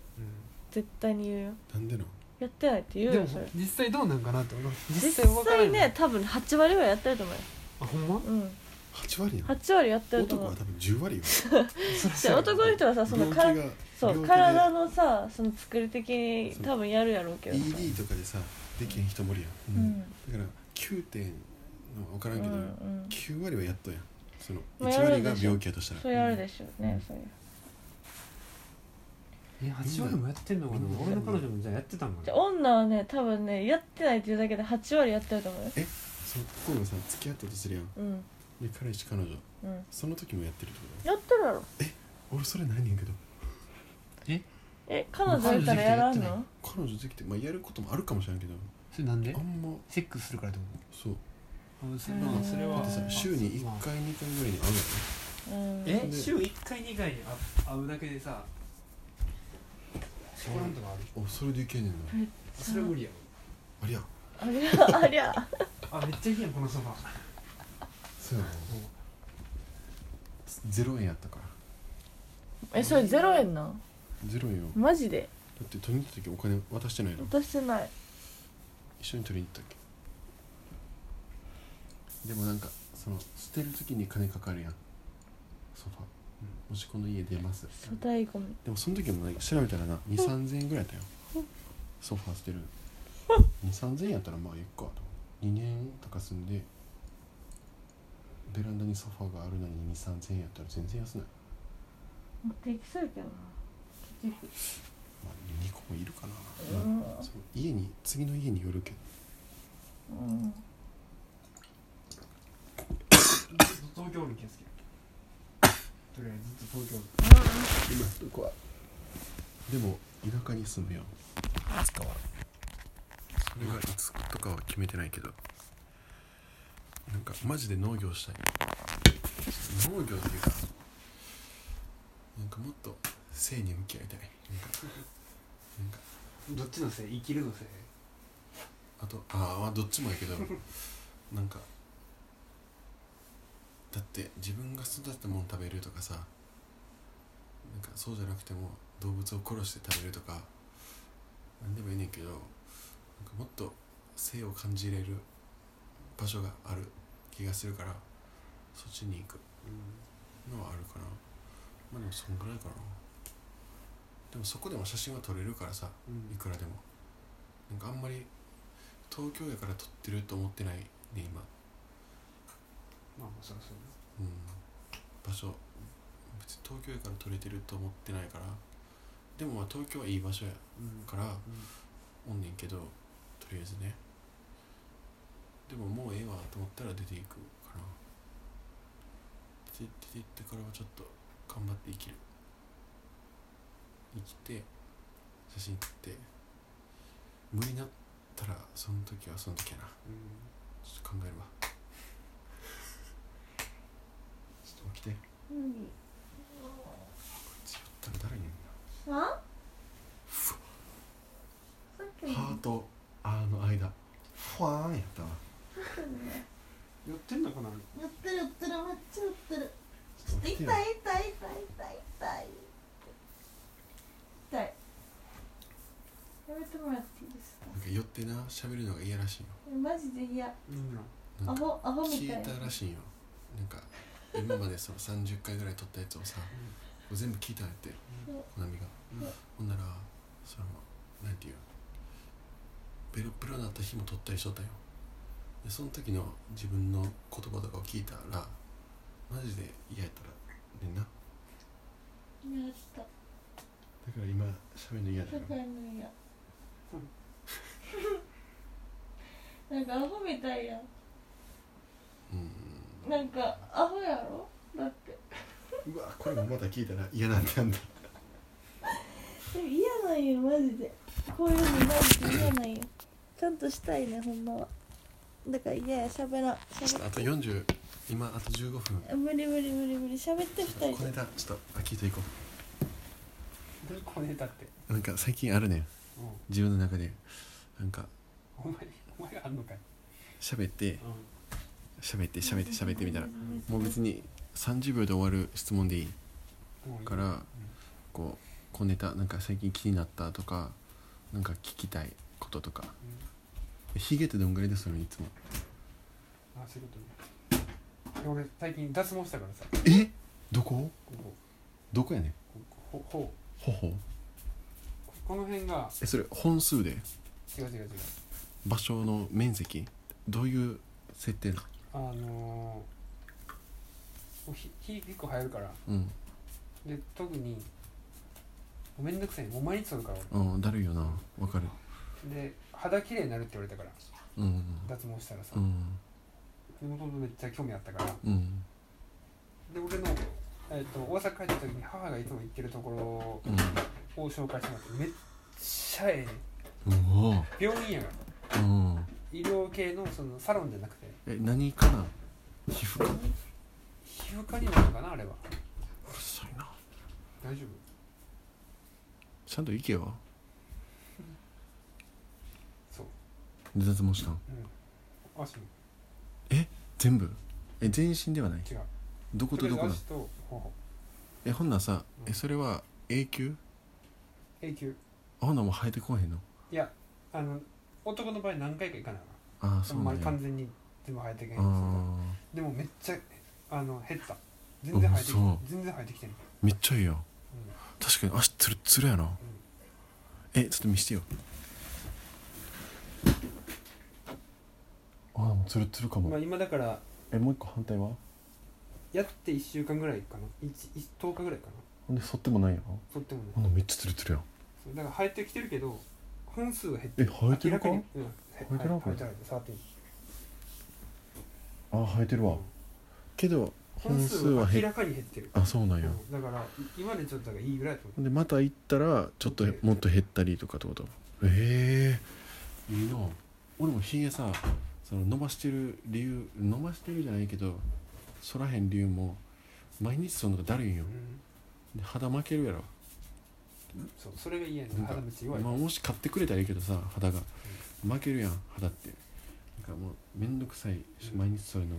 [SPEAKER 2] 絶対に言うよ
[SPEAKER 1] なんでの
[SPEAKER 2] やってないって言
[SPEAKER 3] ん、
[SPEAKER 2] う
[SPEAKER 3] で
[SPEAKER 2] よ
[SPEAKER 3] も
[SPEAKER 2] それ
[SPEAKER 3] 実際どうなんかなって俺は
[SPEAKER 2] 実
[SPEAKER 3] わからん
[SPEAKER 2] 際ね多分8割はやってると思うよ
[SPEAKER 3] あほんま
[SPEAKER 2] うん
[SPEAKER 1] 8割やん
[SPEAKER 2] 8割やってると
[SPEAKER 1] 男
[SPEAKER 2] 思
[SPEAKER 1] は
[SPEAKER 2] う
[SPEAKER 1] 多分10割よ
[SPEAKER 3] そら
[SPEAKER 2] じ
[SPEAKER 3] そ
[SPEAKER 2] ゃあ
[SPEAKER 3] うやろ
[SPEAKER 2] 男の人はさその
[SPEAKER 1] 病気
[SPEAKER 2] か
[SPEAKER 1] が
[SPEAKER 2] そ
[SPEAKER 1] 病気
[SPEAKER 2] う
[SPEAKER 1] で
[SPEAKER 2] 体のさその作り的に多分やるやろうけどさ
[SPEAKER 1] ED とかでさできへん人もおるや、
[SPEAKER 2] うんん
[SPEAKER 1] だから9点の分から
[SPEAKER 2] うんん
[SPEAKER 1] けど、
[SPEAKER 2] うん
[SPEAKER 1] 9割はやっとやんその
[SPEAKER 2] まあ
[SPEAKER 1] 1
[SPEAKER 2] やる
[SPEAKER 1] 割
[SPEAKER 2] でしょ
[SPEAKER 1] が病気やとしたら
[SPEAKER 2] そうやるでしょう
[SPEAKER 1] う
[SPEAKER 2] ね
[SPEAKER 1] ん
[SPEAKER 2] そういう
[SPEAKER 3] え8割もやってんのかな
[SPEAKER 1] みんな
[SPEAKER 3] 俺の彼女もじゃあやってたんか
[SPEAKER 2] じ
[SPEAKER 3] な
[SPEAKER 2] ゃあ女はね多分ねやってないっていうだけで8割やってると思うよ
[SPEAKER 1] その今度さ付き合ったとするやん
[SPEAKER 2] うん
[SPEAKER 1] で彼氏彼女
[SPEAKER 2] うん
[SPEAKER 1] その時もやってるってこ
[SPEAKER 2] やってるやろ
[SPEAKER 1] と俺それないねんけど
[SPEAKER 2] え彼女いたらやらんの
[SPEAKER 1] 彼女できてまあやることもあるかもしれんけど
[SPEAKER 3] それなん
[SPEAKER 1] あ
[SPEAKER 3] で
[SPEAKER 1] んま
[SPEAKER 3] セックスするからってこ
[SPEAKER 1] そう
[SPEAKER 3] とそ
[SPEAKER 2] れまあそれは
[SPEAKER 1] だってさ週に1回2回ぐらいに会う
[SPEAKER 2] うん
[SPEAKER 3] え
[SPEAKER 1] で
[SPEAKER 3] 週1回2回に会うだけでさシコランとかある
[SPEAKER 1] やろあそれでいけんねんな
[SPEAKER 3] それは無理や
[SPEAKER 1] ありゃ
[SPEAKER 2] ありゃありゃ
[SPEAKER 3] ろあめっちゃいいやんこのソファ
[SPEAKER 1] そうやな0円やったから
[SPEAKER 2] えそれゼロ円なん
[SPEAKER 1] 0円をだ
[SPEAKER 2] マジで
[SPEAKER 1] って取りに行った時お金渡してないの
[SPEAKER 2] 渡してない
[SPEAKER 1] 一緒に取りに行ったっけでもなんかその捨てる時に金かかるやんソファ、もしこの家出ます
[SPEAKER 2] 粗大ゴミ
[SPEAKER 1] でもその時もね調べたらな2 3 0 0円ぐらいやったよソファー捨てる2 3 0 0円やったらまあいっかと2年とか住んでベランダにソファーがあるのに2 3 0 0円やったら全然安ない、
[SPEAKER 2] 持っていきそうやけどな結局
[SPEAKER 1] まあ、2個もいるかな、
[SPEAKER 2] うん
[SPEAKER 1] その家に次の家によるけど
[SPEAKER 2] うん
[SPEAKER 3] 東京おる気がするとりあえずずっと東京おる
[SPEAKER 1] 今どこはでも田舎に住むよいつかはそれがいつとかは決めてないけどなんかマジで農業したい農業っていうかなんかもっと性に向き合いたいなんかなんか
[SPEAKER 3] どっちのせい生きるのせい
[SPEAKER 1] あとああどっちもやけどなんかだって自分が育てたもの食べるとかさなんかそうじゃなくても動物を殺して食べるとかなんでもいいねんけどなんかもっと性を感じれる場所がある気がするからそっちに行くのはあるかなまあでもそんぐらいかなでもそこでも写真は撮れるからさ
[SPEAKER 3] うん、
[SPEAKER 1] いくらでもなんかあんまり東京やから撮ってると思ってないね今、
[SPEAKER 3] まあまあそりゃそう
[SPEAKER 1] うん、場所別に東京やから撮れてると思ってないからでもまあ東京はいい場所や
[SPEAKER 3] だうん
[SPEAKER 1] からおんねんけどとりあえずねでももうええわと思ったら出ていくかな出て出て行ってからはちょっと頑張って生きる生きて写真撮って無理になったらその時はその時やな
[SPEAKER 3] ち
[SPEAKER 1] ちょっと考えるわちょっと起きてこ
[SPEAKER 2] う
[SPEAKER 1] っ
[SPEAKER 2] ん
[SPEAKER 1] ち寄ったら誰に
[SPEAKER 2] あ
[SPEAKER 1] ふ
[SPEAKER 2] さっき
[SPEAKER 1] ハ
[SPEAKER 2] の
[SPEAKER 1] ートあーの間ファーンやったわ
[SPEAKER 2] さっき
[SPEAKER 4] るね
[SPEAKER 3] やってんのかな
[SPEAKER 4] やってるやってるめっちゃやってるちょっと痛い痛い痛い痛い痛い痛いやめてもらっていいですか
[SPEAKER 1] なんか寄ってな喋るのが嫌らしいよ
[SPEAKER 4] マジで嫌
[SPEAKER 3] うんな
[SPEAKER 1] な
[SPEAKER 4] ア
[SPEAKER 1] んか
[SPEAKER 4] ホアホみ
[SPEAKER 1] 聞
[SPEAKER 4] たい
[SPEAKER 1] いたらしいよなんか今までその30回ぐらい撮ったやつをさもう全部聞いたんやって
[SPEAKER 4] うん
[SPEAKER 1] コナミが、
[SPEAKER 3] うん
[SPEAKER 1] ほんならそのなんていうベロベロなった日も撮ったりしとったよでその時の自分の言葉とかを聞いたらマジで嫌やったらねんなだ
[SPEAKER 4] 嫌だった
[SPEAKER 1] から今喋るの嫌だ
[SPEAKER 4] 世
[SPEAKER 1] よ
[SPEAKER 4] 界の嫌なんかアホみたいやん
[SPEAKER 1] うん
[SPEAKER 4] なんかアホやろだって
[SPEAKER 1] うわこれもまた聞いたら嫌なんだんだ
[SPEAKER 4] でも嫌なんよマジでこういうのマジで嫌なんよちゃんとしたいねほんまはだから嫌や喋らん
[SPEAKER 1] ちょっ
[SPEAKER 4] 喋
[SPEAKER 1] とあと40今あと15分
[SPEAKER 4] らん無理無理無理無理喋って
[SPEAKER 1] ちょっ
[SPEAKER 4] 二
[SPEAKER 1] と小
[SPEAKER 4] 人
[SPEAKER 1] ネ
[SPEAKER 4] で
[SPEAKER 1] タちょっとあ聞いていこ
[SPEAKER 3] でこねたって
[SPEAKER 1] うなんか最近あるねん
[SPEAKER 3] うん
[SPEAKER 1] 自分の中でなんか
[SPEAKER 3] お前お前があんのかい
[SPEAKER 1] 喋って
[SPEAKER 3] う
[SPEAKER 1] 喋って喋って喋ってみたいなもう別
[SPEAKER 4] に
[SPEAKER 1] に30秒で終わる質問でいい
[SPEAKER 3] んもういい
[SPEAKER 1] からこう小ネタなんか最近気になったとかなんか聞きたいこととか
[SPEAKER 3] うん
[SPEAKER 1] ヒゲってどんぐらいでするのいつも
[SPEAKER 3] あそういうことねで俺最近脱毛したからさ
[SPEAKER 1] えどこ
[SPEAKER 3] ここ
[SPEAKER 1] どこやねん
[SPEAKER 3] ここほほ
[SPEAKER 1] 頬
[SPEAKER 3] ここの辺が
[SPEAKER 1] えそれ本数で
[SPEAKER 3] 違う違う違う
[SPEAKER 1] 場所の面積どういう設定な
[SPEAKER 3] あのーもうひひ結構入るから
[SPEAKER 1] うん
[SPEAKER 3] で特にめんどくさいもう毎日剃るから
[SPEAKER 1] うんだるいよなわかる
[SPEAKER 3] 俺で肌綺麗になるって言われたから
[SPEAKER 1] うん
[SPEAKER 3] 脱毛したらさ
[SPEAKER 1] う
[SPEAKER 3] も
[SPEAKER 1] ん
[SPEAKER 3] ともとめっちゃ興味あったからで
[SPEAKER 1] うん
[SPEAKER 3] 俺の、えっと大阪帰った時に母がいつも行ってるとこ
[SPEAKER 1] うん
[SPEAKER 3] ろを紹介してもらってめっちゃええ
[SPEAKER 1] う
[SPEAKER 3] ね
[SPEAKER 1] んうわ
[SPEAKER 3] 病院やから
[SPEAKER 1] うん
[SPEAKER 3] 医療系のそのサロンじゃなくて
[SPEAKER 1] え何かな皮膚科
[SPEAKER 3] 皮膚科になるのかなあれは
[SPEAKER 1] うるさいな
[SPEAKER 3] 大丈夫
[SPEAKER 1] ちゃんと行けよ
[SPEAKER 3] そう
[SPEAKER 1] で脱毛したん
[SPEAKER 3] うん足も
[SPEAKER 1] 全部え全身ではない
[SPEAKER 3] 違う
[SPEAKER 1] どことと
[SPEAKER 3] り
[SPEAKER 1] どこ
[SPEAKER 3] あえ
[SPEAKER 1] だ
[SPEAKER 3] ず足と頬
[SPEAKER 1] えほんならさ
[SPEAKER 3] うん
[SPEAKER 1] えそれは永久
[SPEAKER 3] 永久
[SPEAKER 1] あほんならもう生えてこうへんの
[SPEAKER 3] いやあの男の場合何回か行かない
[SPEAKER 1] ああ
[SPEAKER 3] あ
[SPEAKER 1] そ
[SPEAKER 3] ん
[SPEAKER 1] う
[SPEAKER 3] ま
[SPEAKER 1] な
[SPEAKER 3] り
[SPEAKER 1] んや
[SPEAKER 3] 完全に全部生えてけへん
[SPEAKER 1] あー
[SPEAKER 3] でもめっちゃあの減った全然生えてきて
[SPEAKER 1] うんそう
[SPEAKER 3] 全然生えてきてる、
[SPEAKER 1] めっちゃいいよ
[SPEAKER 3] うん
[SPEAKER 1] 確かに足つるつるやなえちょっと見してよあもうつるつるか
[SPEAKER 3] まあ、今だから
[SPEAKER 1] えもう一個反対は
[SPEAKER 3] やって1週間ぐらいかな1 10日ぐらいかな
[SPEAKER 1] ほんで剃ってもないやろ
[SPEAKER 3] とってもね
[SPEAKER 1] ほんならめっちゃつるつるやん
[SPEAKER 3] そうだから生えてきてるけど本数は減って
[SPEAKER 1] え生えてる
[SPEAKER 3] 明
[SPEAKER 1] か
[SPEAKER 3] らかに、うん、
[SPEAKER 1] えてる
[SPEAKER 3] は
[SPEAKER 1] これ
[SPEAKER 3] 生えてない触っていい
[SPEAKER 1] あ生えてるわけど
[SPEAKER 3] 本
[SPEAKER 1] 本数
[SPEAKER 3] 数
[SPEAKER 1] は
[SPEAKER 3] は明
[SPEAKER 1] 減っ
[SPEAKER 3] らかに減ってる
[SPEAKER 1] あそうなんや
[SPEAKER 3] うんだからい今でちょっとだからいいぐらいだと思
[SPEAKER 1] ほんでまた行ったらちょっともっと減ったりとかってことええいいな俺もひげさその伸ばしてる理由伸ばしてるじゃないけどそらへん理由も毎日そんなのがだるいんよ
[SPEAKER 3] う、うん、
[SPEAKER 1] で肌負けるやろ
[SPEAKER 3] そうそれが嫌やね
[SPEAKER 1] なんか
[SPEAKER 3] 肌めっちゃ弱い、
[SPEAKER 1] まあ、もし買ってくれたらいいけどさ肌が負けるやん肌ってなんかもうめんどくさいし
[SPEAKER 3] うん
[SPEAKER 1] 毎日そういうの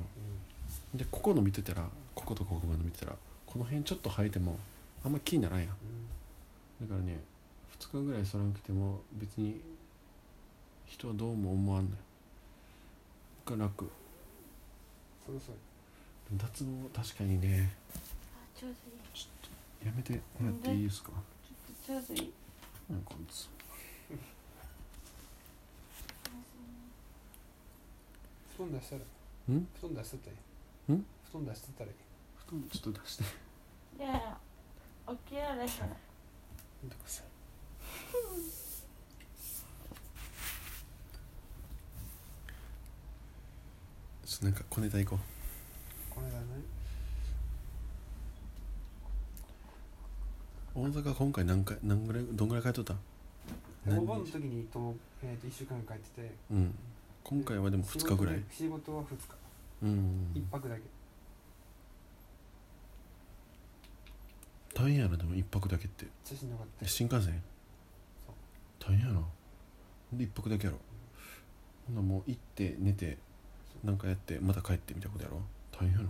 [SPEAKER 1] でここの見てたらこことここの見てたらこの辺ちょっと生えてもあんま気にならんやんだからね2日ぐらいそらなくても別に人はどうも思わんのよだから楽
[SPEAKER 3] うん、うん、そうそう
[SPEAKER 1] 脱毛確かにね
[SPEAKER 4] ちょう
[SPEAKER 1] やめてもらっていいですか
[SPEAKER 4] どいいちょっとちょうどいい
[SPEAKER 1] なんかこいつ
[SPEAKER 3] 布団出したら
[SPEAKER 1] ん
[SPEAKER 3] 布団出しとったらいい
[SPEAKER 1] ん
[SPEAKER 3] 布団出しとったらいい
[SPEAKER 1] 布団ちょっと出して
[SPEAKER 4] いや起きられへん
[SPEAKER 1] めんどくさいちょっとなんか小ネタ行こ
[SPEAKER 3] これだね
[SPEAKER 1] う大阪今回何回何ぐらいどんぐらい帰っとった
[SPEAKER 3] お
[SPEAKER 1] 何
[SPEAKER 3] 盆の時にと、えー、と1週間帰ってて
[SPEAKER 1] うん今回はでも2日ぐらい
[SPEAKER 3] 仕事で仕事は2日
[SPEAKER 1] うん
[SPEAKER 3] 一泊だけ
[SPEAKER 1] 大変やなでも1泊だけって
[SPEAKER 3] 写真なかった
[SPEAKER 1] え新幹線
[SPEAKER 3] そう
[SPEAKER 1] 大変やなほんで1泊だけやろほんならもう行って寝てなんかやってまた帰ってみたいなことやろ大変やな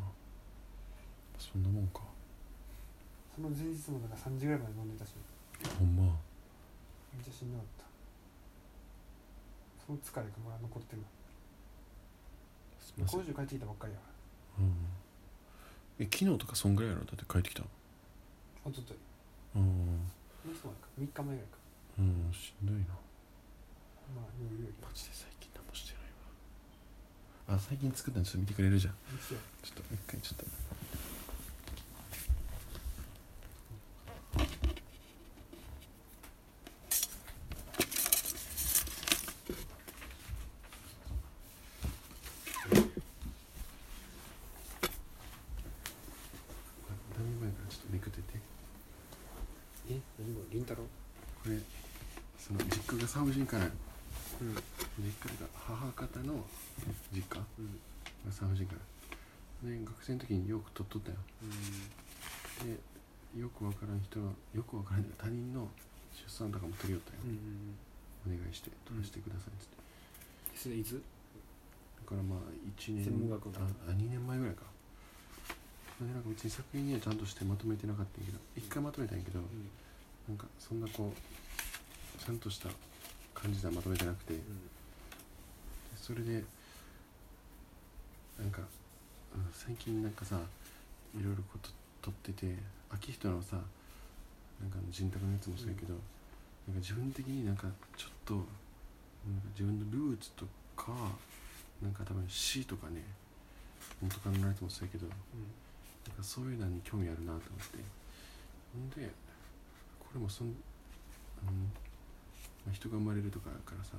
[SPEAKER 1] そんなもんか
[SPEAKER 3] その前日もなんか3時ぐらいまで飲んでたし
[SPEAKER 1] ほんま
[SPEAKER 3] めっちゃしんどかったその疲れがまだ残ってる
[SPEAKER 1] すいません、
[SPEAKER 3] 工場帰ってきたばっかりやか
[SPEAKER 1] うん、え昨日とかそんぐらいやろだって帰ってきた
[SPEAKER 3] らおととい
[SPEAKER 1] うん
[SPEAKER 3] もう一か3日前ぐらいか
[SPEAKER 1] うんしんどいな
[SPEAKER 3] まあ余裕より
[SPEAKER 1] マジで最近何もしてないわあ最近作ったのちょっと見てくれるじゃん
[SPEAKER 3] 一応
[SPEAKER 1] ちょっと一回ちょっと何年前からちょっとめくってて
[SPEAKER 3] え何これ凛太郎
[SPEAKER 1] これその実家が産婦人科なんよ
[SPEAKER 3] うん
[SPEAKER 1] 実家が母方の実家
[SPEAKER 3] うん
[SPEAKER 1] が産婦人科なんよで学生の時によく取っとったよ
[SPEAKER 3] う
[SPEAKER 1] でよくわからん人はよくわからん他人の出産とかも取り寄ったよ、
[SPEAKER 3] んうんうん
[SPEAKER 1] お願いして取らせてくださいっつって、
[SPEAKER 3] それいつ
[SPEAKER 1] だからまあ1年
[SPEAKER 3] 専門学校
[SPEAKER 1] ああ2年前ぐらいかでなんかうちに作品にはちゃんとしてまとめてなかったんやけど一回まとめたんやけど、
[SPEAKER 3] うん
[SPEAKER 1] なんかそんなこうちゃんとした感じではまとめてなくて、それでなんか、うん最近なんかさいろいろこと撮ってて秋人のさなんかあの人宅のやつもそうやけど、なんか自分的になんかちょっとなんか自分のルーツとかなんか多分詩とかね元カノのやつもそうやけどなんかそういうのに興味あるなと思ってほんでこれもそん、うんまあ人が生まれるとかやからさ、
[SPEAKER 3] う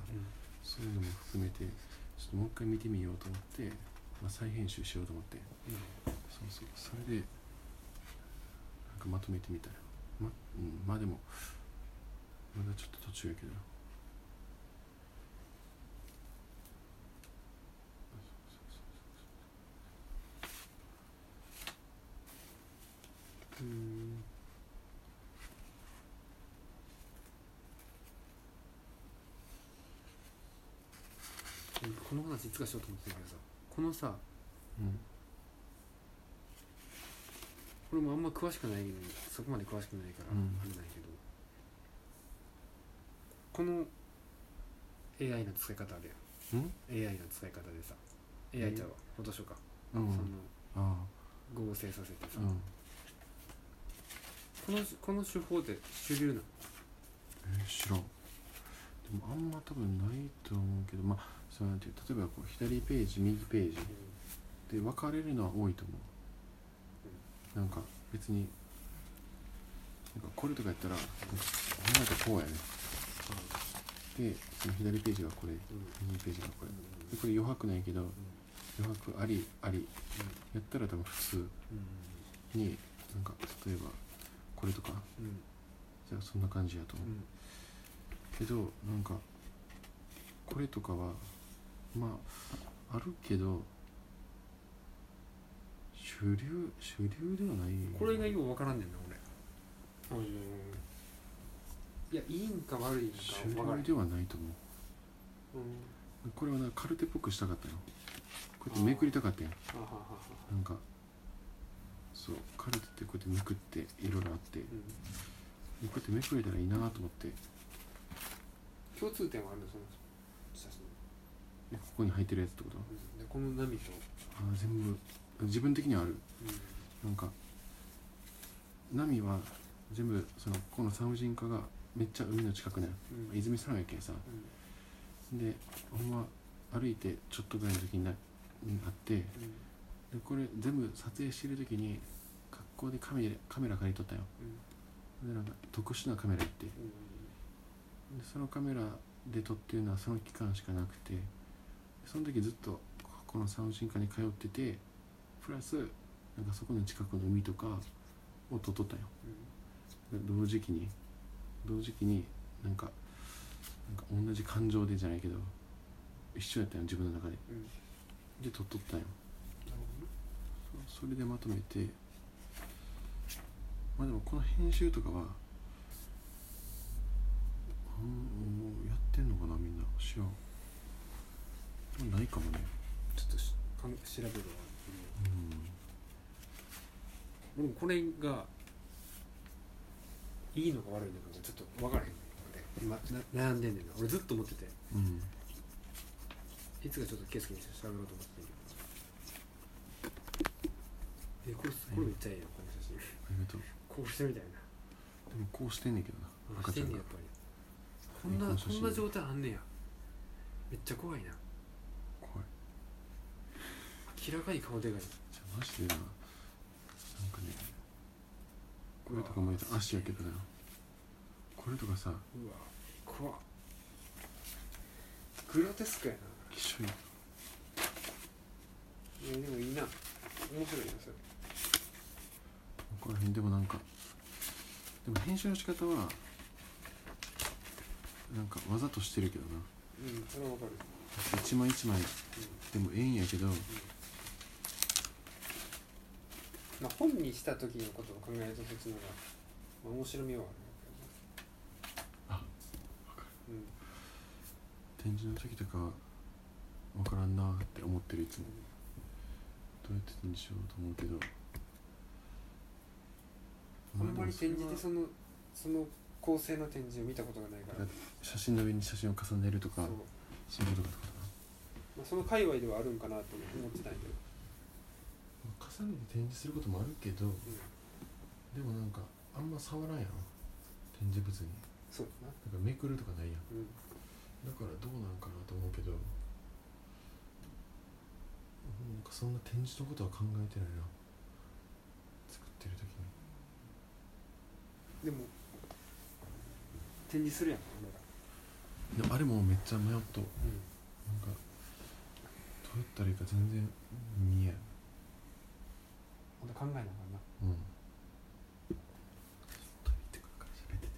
[SPEAKER 1] そういうのも含めてちょっともう一回見てみようと思って、まあ、再編集しようと思って
[SPEAKER 3] ん
[SPEAKER 1] そうそうそれでなんかまとめてみたよま,、うん、まあでもまだちょっと途中やけど
[SPEAKER 3] うんこの話いつかしようと思ってたけどさこのさ
[SPEAKER 1] うん
[SPEAKER 3] これもあんま詳しくないそこまで詳しくないから
[SPEAKER 1] うん
[SPEAKER 3] あれないけど、この AI の使い方で
[SPEAKER 1] うん、
[SPEAKER 3] AI の使い方でさ
[SPEAKER 1] ん
[SPEAKER 3] AI ちゃうわフォトショーか、
[SPEAKER 1] う
[SPEAKER 3] その
[SPEAKER 1] ん、あ
[SPEAKER 3] 合成させて
[SPEAKER 1] あ
[SPEAKER 3] さ、
[SPEAKER 1] うん
[SPEAKER 3] このこの手法って主流なの
[SPEAKER 1] えー、知らんでもあんま多分ないと思うけどまあそうなんていう例えばこう左ページ右ページで分かれるのは多いと思うなんか別になんかこれとかやったらなんかほんまやったらこうやねでその左ページがこれ右ページがこれでこれ余白なんやけど余白ありありやったら多分普通になんか例えばこれとかじゃあそんな感じやと思うけどなんかこれとかはまああるけど主流主流ではない
[SPEAKER 3] これがよう分からんねんな俺いやいいんか悪いんか
[SPEAKER 1] 主
[SPEAKER 3] 分からん
[SPEAKER 1] 流ではないと思うこれはなカルテっぽくしたかったよこうやってめくりたかったよ
[SPEAKER 3] はははは
[SPEAKER 1] なんかそうカルテってこうやってめくっていろいろあってこうやってめくれたらいいなと思って
[SPEAKER 3] 共通点はあるのその写真
[SPEAKER 1] えここに入ってるやつってこと
[SPEAKER 3] でこの波と
[SPEAKER 1] あー全部自分的にはあるなんか波は全部そのこの産婦人科がめっちゃ海の近くね
[SPEAKER 3] うん
[SPEAKER 1] 泉さんやけんさでほんま歩いてちょっとぐらいの時になにあってでこれ全部撮影してる時に格好でカメラカメラ借りとったよでなんか特殊なカメラ行ってでそのカメラで撮ってるのはその期間しかなくてその時ずっとここの産婦人科に通っててプラスなんかそこの近くの海とかを撮っとったよ同時期に同時期になんかなんか同じ感情でじゃないけど一緒やったよ自分の中でで撮っとったんよそそれでまとめてまあでもこの編集とかはうんもうやってんのかなみんな知らん、まあ、ないかもね
[SPEAKER 3] ちょっとし
[SPEAKER 5] かん調べるわでもこれがいいのか悪いのかがちょっと分からへんねんこれ今な悩んでんねんな俺ずっと思ってて
[SPEAKER 1] うんうん
[SPEAKER 5] いつかちょっとケースにして喋ろうと思ってんけどえこれこれめっちゃええよこの写真
[SPEAKER 1] ありがとう
[SPEAKER 5] こうしてみたいな
[SPEAKER 1] でもこうしてんねんけどな
[SPEAKER 5] あ
[SPEAKER 1] 赤
[SPEAKER 5] して
[SPEAKER 1] ちゃ
[SPEAKER 5] ん
[SPEAKER 1] ん
[SPEAKER 5] ね
[SPEAKER 1] がこ
[SPEAKER 5] やっぱりこんな
[SPEAKER 1] の写
[SPEAKER 5] こ
[SPEAKER 1] 真
[SPEAKER 5] んな状態あんねやめっちゃ怖いな
[SPEAKER 1] 怖い
[SPEAKER 5] 明らかに顔でかい
[SPEAKER 1] じゃあマジでななんかねこれとかもた足やけどなこれとかさ
[SPEAKER 5] うわ怖っグロテスクやな
[SPEAKER 1] きしょい
[SPEAKER 5] いやでもいいな面白いなそれ
[SPEAKER 1] ここら辺でもなんかでも編集の仕方はなんかわざとしてるけどな
[SPEAKER 5] うんそれはわかる
[SPEAKER 1] 一枚一枚でもええんやけど
[SPEAKER 5] まあ本にした時のことを考えるとそっちの方が、まあ、面白みはあ
[SPEAKER 1] あ
[SPEAKER 5] るうん
[SPEAKER 1] 展示の時とかわからんなーって思ってるいつもどうやって展示しようと思うけど
[SPEAKER 5] あんまり展
[SPEAKER 1] まあ
[SPEAKER 5] 示で
[SPEAKER 1] でもそ
[SPEAKER 5] そのその構成の展示を見たことがないから
[SPEAKER 1] だれは写真の上に写真を重ねると
[SPEAKER 5] そ
[SPEAKER 1] か
[SPEAKER 5] う、
[SPEAKER 1] そういうことかとか
[SPEAKER 5] まあ、その界隈ではあるんかなと思ってたんやけど、
[SPEAKER 1] 重ねて展示することもあるけど
[SPEAKER 5] うん、
[SPEAKER 1] でもなんかあんま触らんやろ展示物に
[SPEAKER 5] そうだな
[SPEAKER 1] なんかめくるとかないやん
[SPEAKER 5] うん
[SPEAKER 1] だからどうなんかなと思うけどなんかそんな展示のことは考えてないな作ってる時に
[SPEAKER 5] でも展示するやん俺ら
[SPEAKER 1] でもあれもめっちゃ迷っとう
[SPEAKER 5] うん
[SPEAKER 1] なんかどうやったらいいか全然見えん
[SPEAKER 5] ほんと考えなあかんな
[SPEAKER 1] うんちょっと見てくるから喋ってて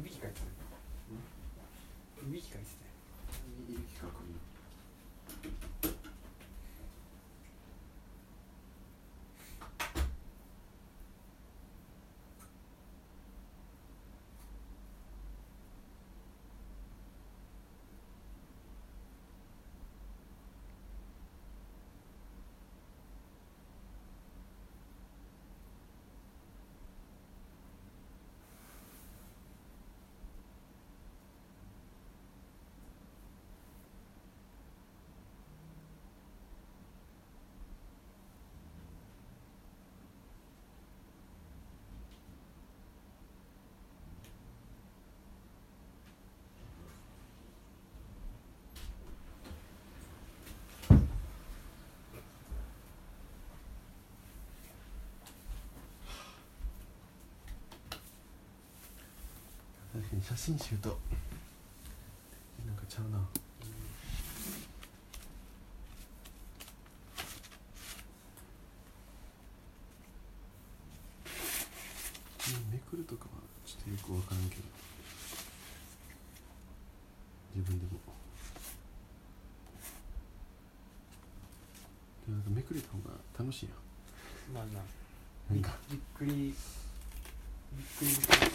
[SPEAKER 5] いびきかいてたいびきかいて
[SPEAKER 1] い
[SPEAKER 5] たよ
[SPEAKER 1] い企画に確かに写真集となんかちゃうなうんめくるとかはちょっとよく分からんけど自分でもでもなんかめくれた方が楽しいや
[SPEAKER 5] まあなん
[SPEAKER 1] なん
[SPEAKER 5] び
[SPEAKER 1] か
[SPEAKER 5] びっくりびっくりびっくりかな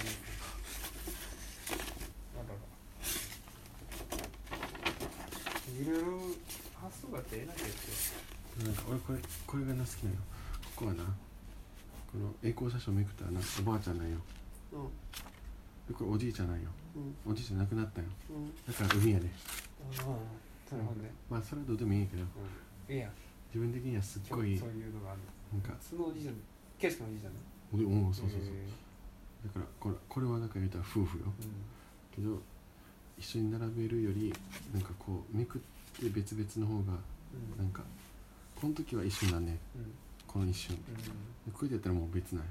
[SPEAKER 5] あららいろいろ発想があってええなってやつよ
[SPEAKER 1] なんか俺これこれがな好きなのよここはなこの栄光写真をめくったらなおばあちゃんなんよ
[SPEAKER 5] うん
[SPEAKER 1] でこれおじいちゃんなんよ
[SPEAKER 5] うん
[SPEAKER 1] おじいちゃん亡くなったんよ
[SPEAKER 5] うん
[SPEAKER 1] だから海やね
[SPEAKER 5] ああなるほどね
[SPEAKER 1] まあそれはどうでもいいんやけど
[SPEAKER 5] ええやん
[SPEAKER 1] 自分的にはすっ
[SPEAKER 5] そ
[SPEAKER 1] ご
[SPEAKER 5] う
[SPEAKER 1] い
[SPEAKER 5] そういうのがある
[SPEAKER 1] なんか
[SPEAKER 5] そのおじいちゃん圭介のおじいちゃんね
[SPEAKER 1] おでうんそうそうそう、
[SPEAKER 5] え
[SPEAKER 1] だからこれこれはなんか言うたら夫婦よ
[SPEAKER 5] えう
[SPEAKER 1] け
[SPEAKER 5] ん
[SPEAKER 1] ど一緒に並べるよりなんかこうめくって別々の方が
[SPEAKER 5] うん
[SPEAKER 1] なんかこの時は一緒なんね
[SPEAKER 5] うん
[SPEAKER 1] この一瞬で
[SPEAKER 5] う
[SPEAKER 1] こうやってやったらもう別なんよ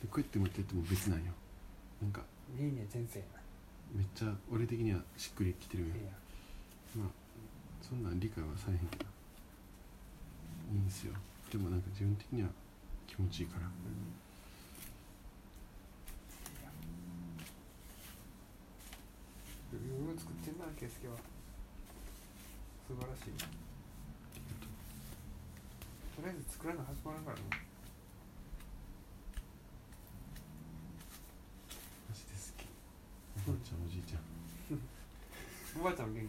[SPEAKER 1] でこうやって持ってやっても別なんよなんか
[SPEAKER 5] んいいね先生やな
[SPEAKER 1] めっちゃ俺的にはしっくりきてるんよ
[SPEAKER 5] ええやん
[SPEAKER 1] まあそんなん理解はされへんけどいいんすよでもなんか自分的には気持ちいいから
[SPEAKER 5] いろいろ作ってんな、圭介は。素晴らしい。とりあえず作らな始まらんからな。
[SPEAKER 1] マジで好きおばあちゃんおじいちゃん
[SPEAKER 5] おばあちゃんは元気。